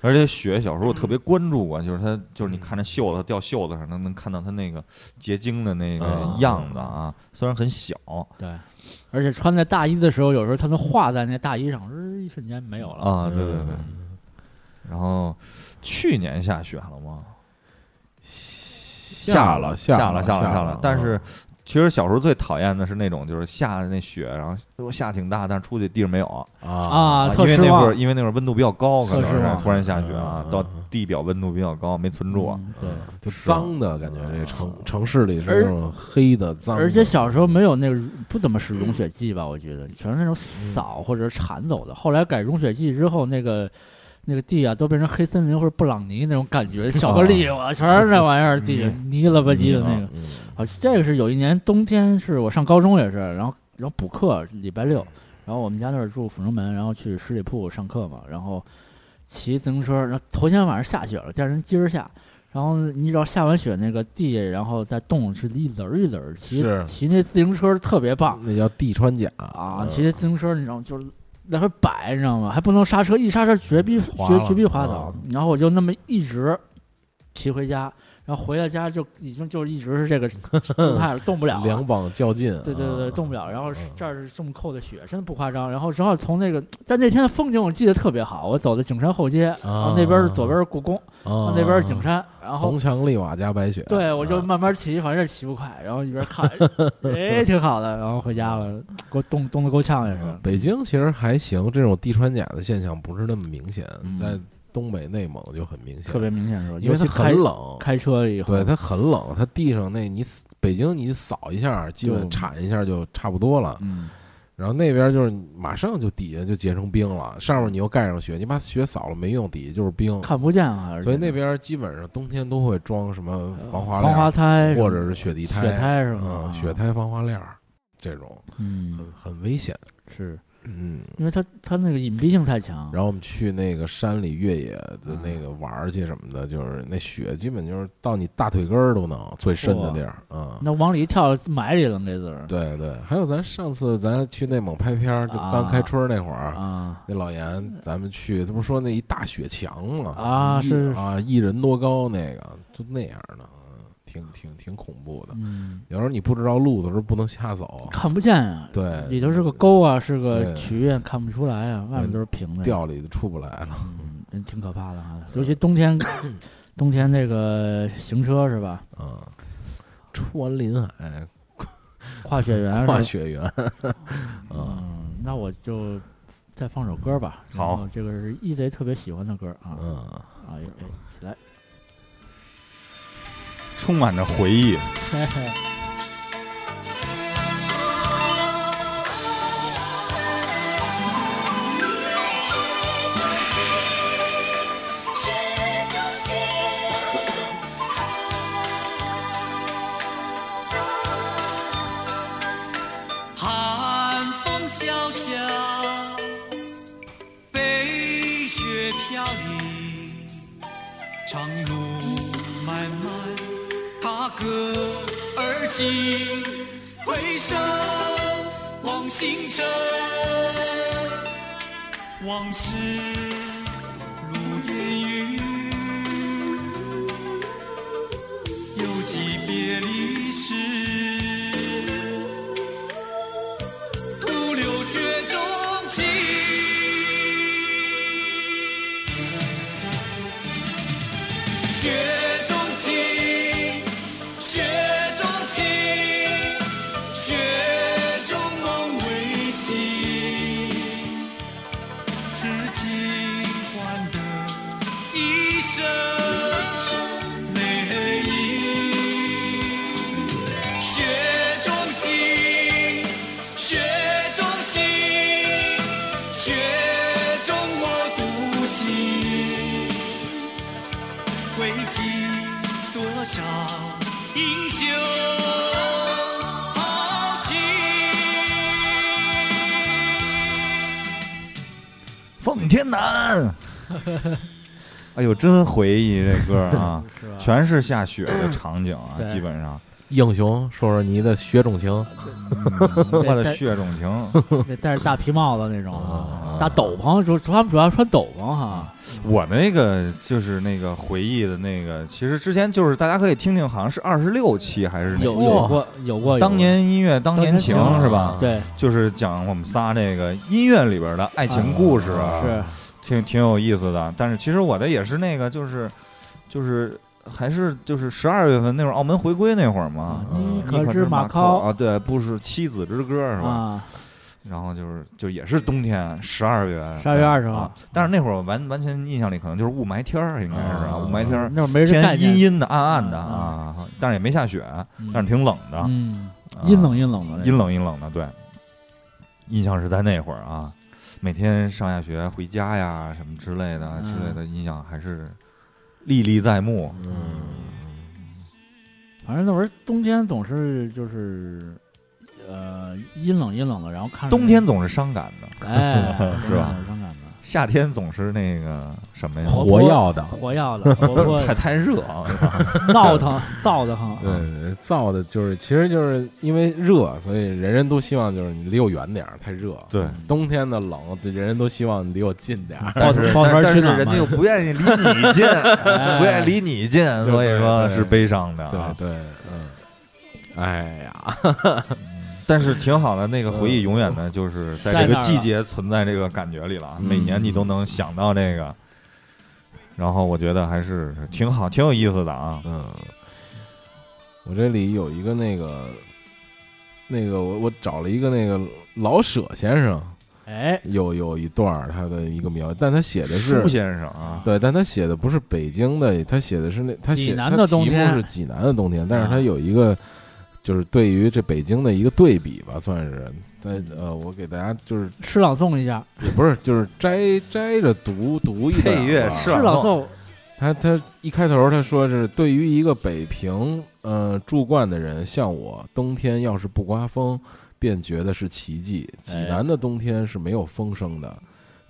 而且雪小时候我特别关注过，就是它，就是你看着袖子它掉袖子上，能能看到它那个结晶的那个啊样子啊。虽然很小，对。而且穿在大衣的时候，有时候它能化在那大衣上，呃一瞬间没有了。啊，对对对。嗯然后去年下雪了吗？下了下下了下下下嗯了但是其实小时候最讨厌的是那种，就是下的那雪，然后都下挺大，但是出去地上没有啊啊特因为失那会儿望因为那会儿温度比较高，可特能失望是突然下雪啊嗯，到地表温度比较高，没存住。嗯对，嗯就是啊脏的感觉，这个城城市里是而那种黑的脏的，而且小时候没有那个不怎么使融雪剂吧，我觉得全是那种扫或者是铲走的。后来改融雪剂之后，那个那个地啊都变成黑森林或者布朗尼那种感 觉，巧克力我全是那玩意儿地泥了吧唧的那个。嗯啊，这个是有一年冬天是我上高中也是，然后然后补课礼拜六，然后我们家那儿住阜成门，然后去十里铺上课嘛，然后骑自行车，然后头天晚上下雪了，第二天接着下，然后你知道下完雪那个地，然后再冻是一轮儿一轮儿，骑是骑那自行车特别棒那叫地穿甲啊，嗯骑那自行车你知道吗就是。来回摆，你知道吗？还不能刹车，一刹车绝逼滑绝了绝逼滑倒啊。然后我就那么一直骑回家，然后回到家就已经就一直是这个 姿态了，动不了了两膀较劲，对对对，啊动不了。然后是嗯这儿这么扣的雪，真的不夸张。然后正好从那个，但那天的风景我记得特别好。我走的景山后街，然后那边是左边是故宫，啊那边是景山，然后红墙绿瓦加白雪，对我就啊慢慢骑，反正也骑不快，然后一边看，哎，挺好的。然后回家了，给我冻冻得够呛也是。北京其实还行，这种地穿甲的现象不是那么明显，嗯在东北、内蒙就很明显，特别明显是吧？因为它尤其开很，冷，开车以后，对，它很冷，它地上那你扫北京你扫一下，基本就铲一下就差不多了。嗯，然后那边就是马上就底下就结成冰了，上面你又盖上雪，你把雪扫了没用，底下就是冰。看不见啊。而所以且那边基本上冬天都会装什么防滑呃防链滑儿，胎什或么者是雪地胎，雪胎是嗯吗？雪，胎防滑链儿这种啊嗯很，很危险。是嗯，因为它它那个隐蔽性太强。然后我们去那个山里越野嗯的那个玩儿去什么的，就是那雪基本就是到你大腿根儿都能最深的地儿啊。嗯那往里一跳，埋里了那字儿对对，还有咱上次咱去内蒙拍片儿，就刚开春儿那会儿，啊那老严咱们去，他不是说那一大雪墙吗？啊一是啊，一人多高那个，就那样的，嗯挺挺挺恐怖的。嗯。有时候你不知道路的时候不能瞎走，看不见啊，对里头是个沟啊，是个对渠啊，看不出来啊，外面都是平的，掉里头出不来了。嗯，真挺可怕的哈。尤其冬天， 冬天那个行车是吧？嗯，穿林海，跨雪原是吧跨雪原，啊。嗯，那我就再放首歌吧。好，这个是一贼特别喜欢的歌啊嗯，啊，也哎起来，，充满着回忆。雪中情，寒风萧萧，飞雪飘零，长路漫漫，踏歌而行，回首望星辰，往事如烟云，犹记别离时。徒留雪中情。雪中情，雪中情，雪中梦未醒，痴情换得一生泪影。雪中行，雪中行，雪中我独行。会经多少英雄豪情？奉天南。哎呦，真回忆这歌儿啊 是吧？全是下雪的场景啊，对基本上。英雄，说说你的雪中情。嗯 我的 戴血种情，得戴着大皮帽子那种啊啊，大斗篷，主他们主要穿斗篷哈。我那个就是那个回忆的那个，其实之前就是大家可以听听，好像是二十六期还是哪有期？有过有过，有当年音乐当过年当年啊情情是吧？对就是讲我们仨这个音乐里边的爱情故事啊，是挺挺有意思的。但是其实我的也是那个，就是就是还是就是十二月份那会儿澳门回归那会儿嘛，呃啊嗯你尼可可知马马靠啊，对，不是《妻子之歌》是吧？啊？然后就是就也是冬天，十二月， 12月20号啊但是那会儿我完完全印象里可能就是雾霾天儿，应该是啊啊雾霾天儿，那会儿没人嗯概天阴念阴的、暗暗的嗯啊，但是也没下雪，嗯但是挺冷的，嗯，啊阴冷阴冷的那种，阴冷阴冷的，对。印象是在那会儿啊，每天上下学回家呀什么之类的嗯之类的，印象还是历历在目。嗯反正那会儿冬天总是就是，呃，阴冷阴冷的，然后看着冬天总是伤感的，哎， 是吧 有伤感的，夏天总是那个什么呀，活活药的，活 药的，活泼太的，太热啊，是吧闹腾，燥得很。对，燥的就是，其实就是因为热，所以人人都希望就是你离我远点儿，太热。对，冬天的冷，就人人都希望你离我近点儿。抱但是抱但团但取是暖人家嘛又不愿意离你近，哎不愿意离你近，所以说对是悲伤的对啊。对，嗯，哎呀， 但是挺好的，那个回忆永远的就是在在这那个儿季了节存在这个感觉里了，啊嗯每年你都能想到这个。然后我觉得还是挺好，挺有意思的啊。嗯，我这里有一个那个，那个我我找了一个那个老舍先生，哎，有有一段儿他的一个描，但他写的是舒先生啊，对，但他写的不是北京的，他写的是那他写济南他的冬题目天是济南的冬天，但是他啊有一个就是对于这北京的一个对比吧，算是。但呃，我给大家就是诗朗诵一下，也不是就是摘摘着读读一啊段配乐吧是诗朗朗诵诵，他他一开头他说是对于一个北平呃住惯的人，像我，冬天要是不刮风，便觉得是奇迹。济哎南的冬天是没有风声的。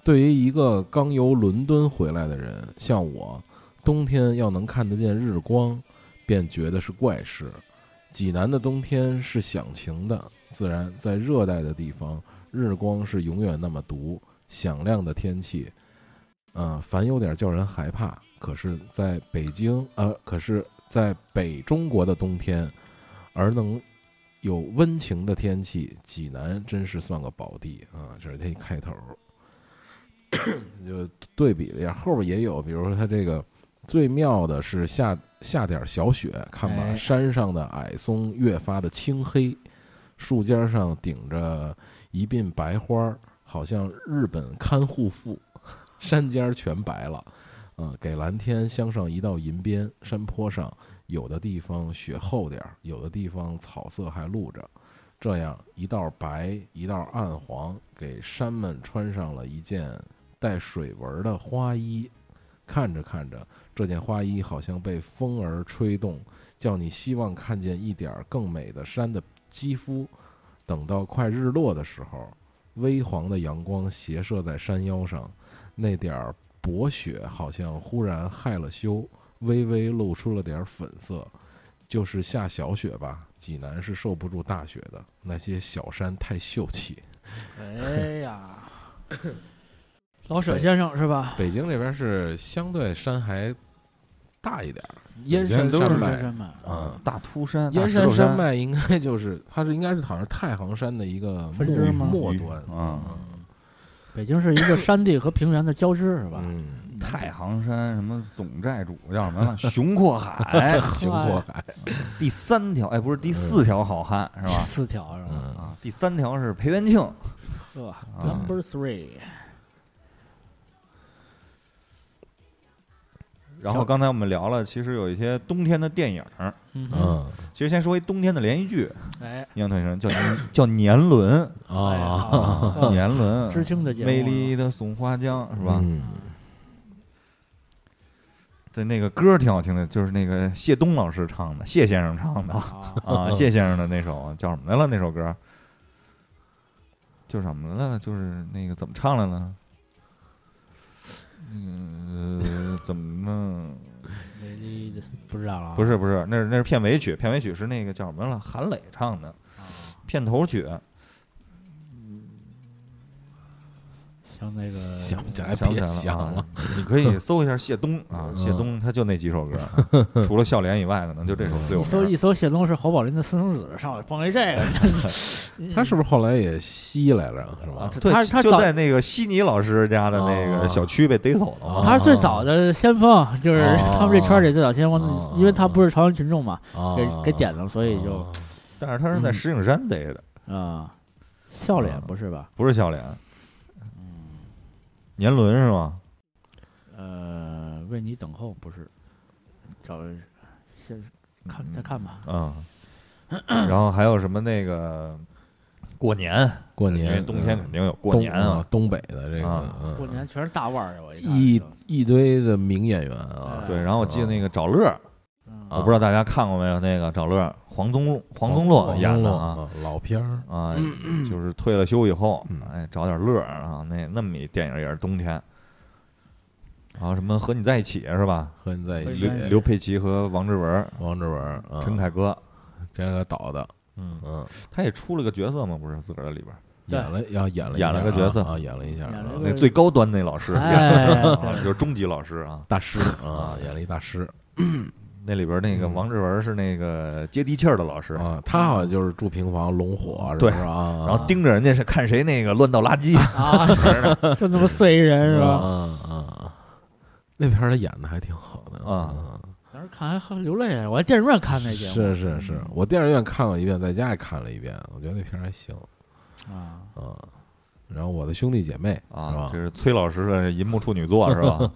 对于一个刚由伦敦回来的人，像我，冬天要能看得见日光，便觉得是怪事。济南的冬天是响晴的，自然在热带的地方，日光是永远那么毒，响亮的天气，呃，凡有点叫人害怕。可是，在北京，呃，可是在北中国的冬天，而能有温情的天气，济南真是算个宝地啊！这是他一开头， 就对比了一下，后边也有，比如说他这个最妙的是下下点儿小雪，看把哎山上的矮松越发的青黑，树尖上顶着一鬓白花儿，好像日本看护妇，山尖儿全白了。啊、给蓝天镶上一道银边，山坡上有的地方雪厚点儿，有的地方草色还露着，这样一道白，一道暗黄，给山们穿上了一件带水纹儿的花衣。看着看着，这件花衣好像被风儿吹动，叫你希望看见一点儿更美的山的肌肤。等到快日落的时候，微黄的阳光斜射在山腰上，那点儿薄雪好像忽然害了羞，微微露出了点儿粉色。就是下小雪吧，济南是受不住大雪的。那些小山太秀气。哎呀，老舍先生是吧？北京这边是相对山还大一点儿，燕京山都是山是脉山脉，啊，大秃山、大燕石头山山山脉应该就是它是应该是好像是太行山的一个分末支吗末端啊北京是一个山地和平原的交织，是吧？嗯，太行山什么总寨主叫什么了？熊阔海熊过海，第三条，哎，不是第四条好汉是吧？四条是吧？嗯，啊，第三条是裴元庆，嗯呵，Number Three，嗯然后刚才我们聊了，其实有一些冬天的电影儿，嗯哼，嗯其实先说一冬天的连续剧，哎，印象特深，叫叫 年轮，哎哦啊，好年轮，知青的节目美丽的松花江是吧？嗯对，那个歌儿挺好听的，就是那个谢东老师唱的，谢先生唱的 啊，啊，谢先生的那首叫什么来了？那首歌叫什么来了？就是那个怎么唱来了？嗯，怎么呢？美丽的不知道了啊，不是不是，那是那是片尾曲，片尾曲是那个叫什么了？韩磊唱的，啊片头曲像那个想不起来，嗯想起别来想了了啊， 你可以搜一下谢 东啊，嗯谢东他就那几首歌 啊，除了《笑脸》以外，可能就这首嗯最有一搜名一。搜谢东是侯宝林的私生子，上来蹦一这个，他是不是后来也西来着？是啊吧？对他他就早在那个悉尼老师家的那个哦小区被逮走了嘛。啊他是最早的先锋，就是哦他们这圈儿里最早先锋哦，因为他不是朝阳群众嘛，啊给给点了，所以就啊但是他是在石景山逮的，啊，笑脸哦不是吧？不是笑脸。嗯年轮是吗？呃，为你等候不是，找先看再看吧。嗯。啊然后还有什么那个过年，过因为年冬天嗯肯定有过东年啊啊，，东北的这个啊嗯过年全是大腕儿，啊我一看一就一堆的名演员啊，啊哎对。然后我记得那个找乐儿，嗯我不知道大家看过没有？那个找乐儿黄宗黄宗洛黄演的宗啊，洛，老片儿，啊，就是退了休以后嗯，哎，找点乐儿啊，那那么一电影也是冬天。然后什么和你在一起啊是吧？和你在一起刘，刘佩琦和王志文、王志文，啊陈凯歌，这个导的，嗯，嗯，他也出了个角色嘛，不是自个儿在里边儿对演了要演了一演了下个角啊色啊，演了一下演啊，了个那最高端那老师，哎啊对就是中级老师啊。大 师啊，演了一大师那里边那个王志文是那个接地气儿的老师，嗯啊，他好像就是住平房龙火，是不对是啊？然后盯着人家是看谁那个乱倒垃圾， 啊， 就那么碎一人是啊吧？啊啊！那片儿他演的还挺好的啊，当时看还还流泪啊，我还电影院看那节目嗯是是是，我电影院看了一遍，在家也看了一遍，我觉得那片儿还行啊，啊。然后我的兄弟姐妹是啊吧，这？是崔老师的银幕处女作是 吧？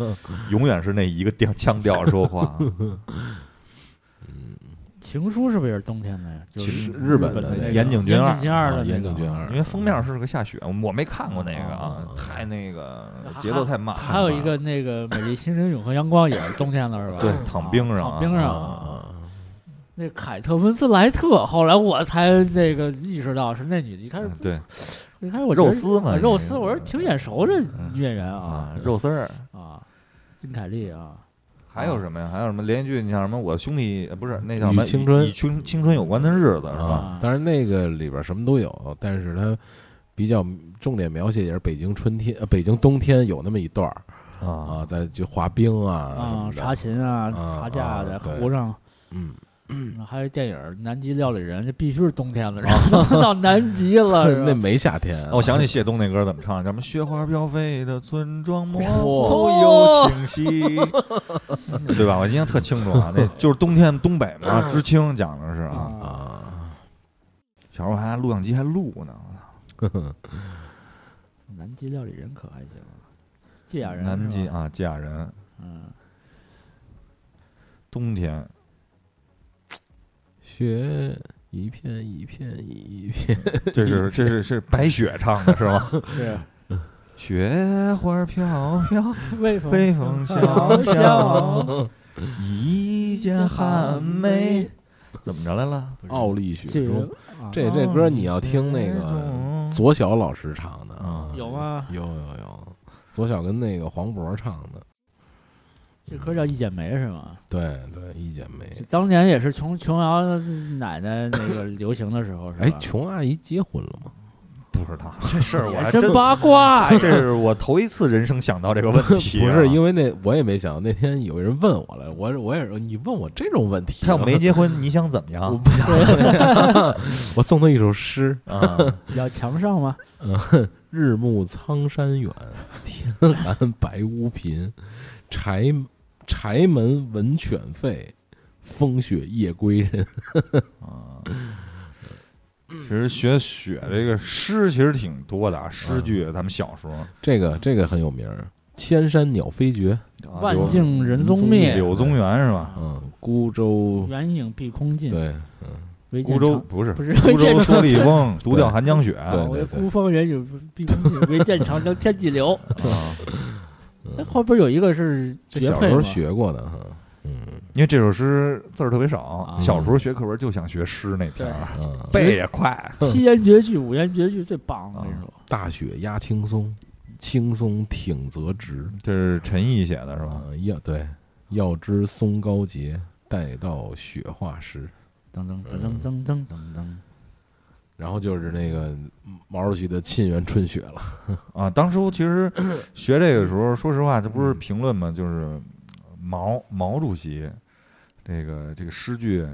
永远是那一个调腔调说话，啊情书是不是也是冬天的呀？就其实是日本的的那个岩井俊二岩井俊二啊的岩那井个俊二，因为封面是个下雪，我没看过那个啊啊，太那个还节奏太慢了。还有一个那个《美丽新人永恒阳光》也是冬天的是吧？对啊躺冰上啊躺冰啊上啊啊，啊，那凯特温斯莱特，后来我才那个意识到是那女的。一开始嗯对一开始我觉得肉丝嘛啊肉丝，那个我说挺眼熟这女演员啊啊，肉丝儿，啊，金凯利啊，还有什么呀？还有什么连续剧？你像什么？我的兄弟呃不是那叫什么？与青春与青青春有关的日子是吧？啊，当然那个里边什么都有，但是它比较重点描写也是北京春天、呃北京冬天有那么一段儿啊，啊，在就滑冰啊啊，什么 查的，琴啊，啊查架在啊对湖上，嗯，嗯还有电影《南极料理人》，这必须是冬天的，然哦后 到南极 了，是吧那没夏天啊，我想起 谢东那歌怎么唱，什么雪花飘飞的村庄模糊又哦 清晰，对吧？我印象特清楚啊，那就是冬天东北嗯嘛，知青讲的是啊，啊，啊，小时候还录像机还录呢，南极料理人可还行啊，芥嗯雅人，南极，啊，芥雅人，嗯，冬天 雪一片一片一片，这是这是是白雪唱的 是吗？是雪花飘飘，微风微风 萧萧，一剪寒梅，嗯怎么着来了？傲立雪雪中。啊这这歌你要听那个左小老师唱的啊，有吗？有有有，左小跟那个黄渤唱的，这歌叫《一剪梅》是吗？对对，一剪梅。这当年也是琼琼瑶奶奶那个流行的时候，是吧哎，琼阿姨结婚了吗？不知道 这事儿，我还哎真真哎 八卦呀！这是我头一次人生想到这个问题啊，不是，因为为那我也没想到，那天有人问我来，我我也是你问我这种问题，他要没结婚，你想怎么我样不想，我送他一首诗： 啊？比较强上吗？日暮苍山远，天寒白屋贫。柴柴门闻犬吠，风雪夜归人。 啊，其实学雪这个诗其实挺多的啊，诗句咱们小时候，这个这个很有名儿，千山鸟飞绝。啊万柳径人踪灭，柳宗元是吧？嗯，孤舟远影碧空尽。对唯见孤舟长不是不是 孤舟蓑笠翁，独对钓寒江雪。对我这孤峰远影碧空尽，唯见长江天际流。啊，那后边有一个是这绝小配时候？吗学过的哈。嗯因为这首诗字儿特别少，啊小时候学课文就想学诗那篇儿，啊， 背也快。七言绝句、五言绝句最棒了，啊那首大雪压青松，青松挺则直。这是陈毅写的是吧？啊，要对，要知松高节，待到雪化时。噔噔噔噔噔噔噔噔。然后就是那个毛主席的《沁园春雪》了。啊，当初 其实学这个时候，说实话，这不嗯是评论嘛，就是毛毛主席这个这个诗句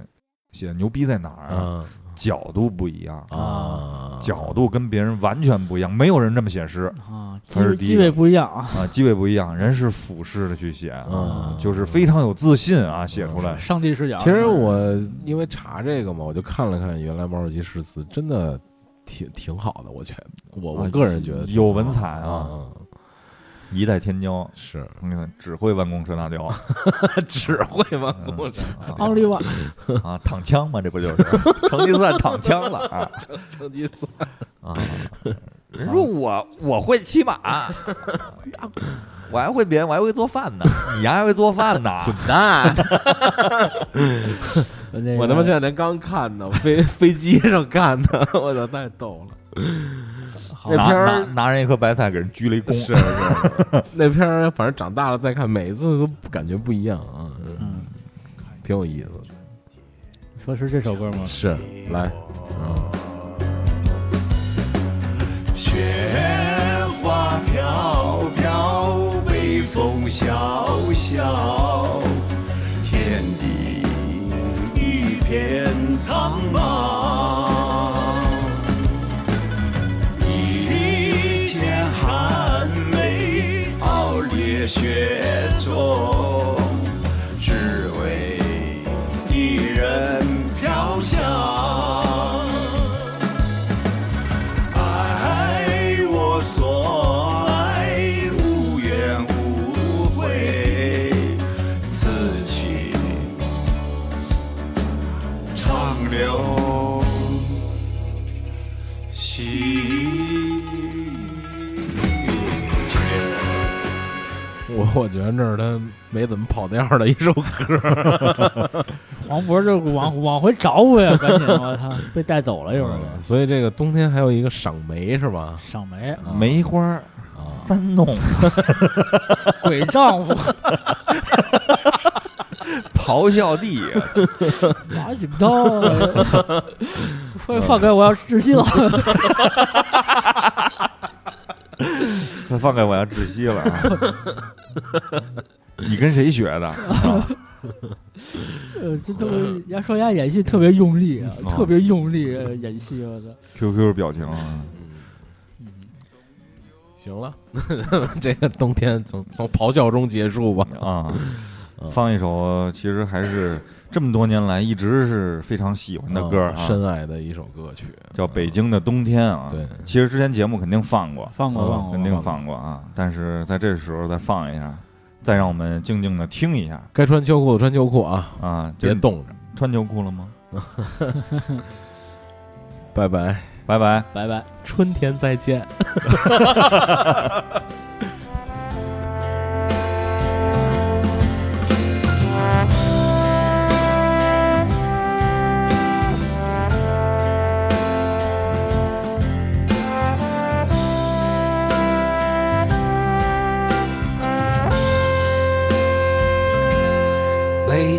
写牛逼在哪儿啊？啊角度不一样，啊，角度跟别人完全不一样，没有人这么写诗 啊，他机是位第一机个位不一样啊！啊，机位不一样，人是俯视的去写，啊就是非常有自信啊，写出来。上帝视角。啊其实我因为查这个嘛，我就看了看原来毛主席诗词，真的挺挺好的，我觉得，我我啊个人觉得挺有好文采的啊啊，嗯一代天骄， 是你看只会弯弓射 大雕，只会弯弓 射奥利瓦啊，躺枪嘛，这 不就是成吉思汗躺枪了啊成吉思汗。 啊！人说啊我我会骑马，我还会 别人，我还会做饭呢，你还会做饭呢？蛋！那我他妈个这两天刚看的， 飞飞机上看的，我操，太逗了。好那拿片儿拿拿着一颗白菜给人鞠了一躬，是是，那片儿反正长大了再看，每一次都感觉不一样啊，嗯嗯，挺有意思的。说是这首歌吗？是，来，雪花飘飘，微风萧萧，天地一片苍茫。一剪寒梅傲立雪中，只为一人飘香。爱我所爱，无怨无悔，此情长留心间。我我觉得这是他没怎么跑调的一首歌。黄渤就往往回找我呀，赶紧，我操，被带走了一会儿嗯 所以这个冬天还有一个赏梅是吧？赏梅，啊梅花儿啊，翻 弄鬼丈夫，咆哮地，拿几刀，嗯快放开，我要窒息 了。快放开，我要窒息了啊！ 你跟谁学的？啊呃，这都人家说人家演戏特别用力啊，嗯啊特别用力呃演戏，我操。 QQ 表情啊，行了， 这个冬天从从咆哮中结束吧。啊，放一首，其实还是这么多年来一直是非常喜欢的歌儿嗯啊，深爱的一首歌曲，叫《北京的冬天》啊。对，其实之前节目肯定放过，放过，嗯放过，肯定过。放过啊，但是在这时候再放一下，再让我们静静的听一下该穿秋裤的穿秋裤啊，啊，别这冻着。穿秋裤了吗？拜拜，拜拜。拜拜。春天再见。北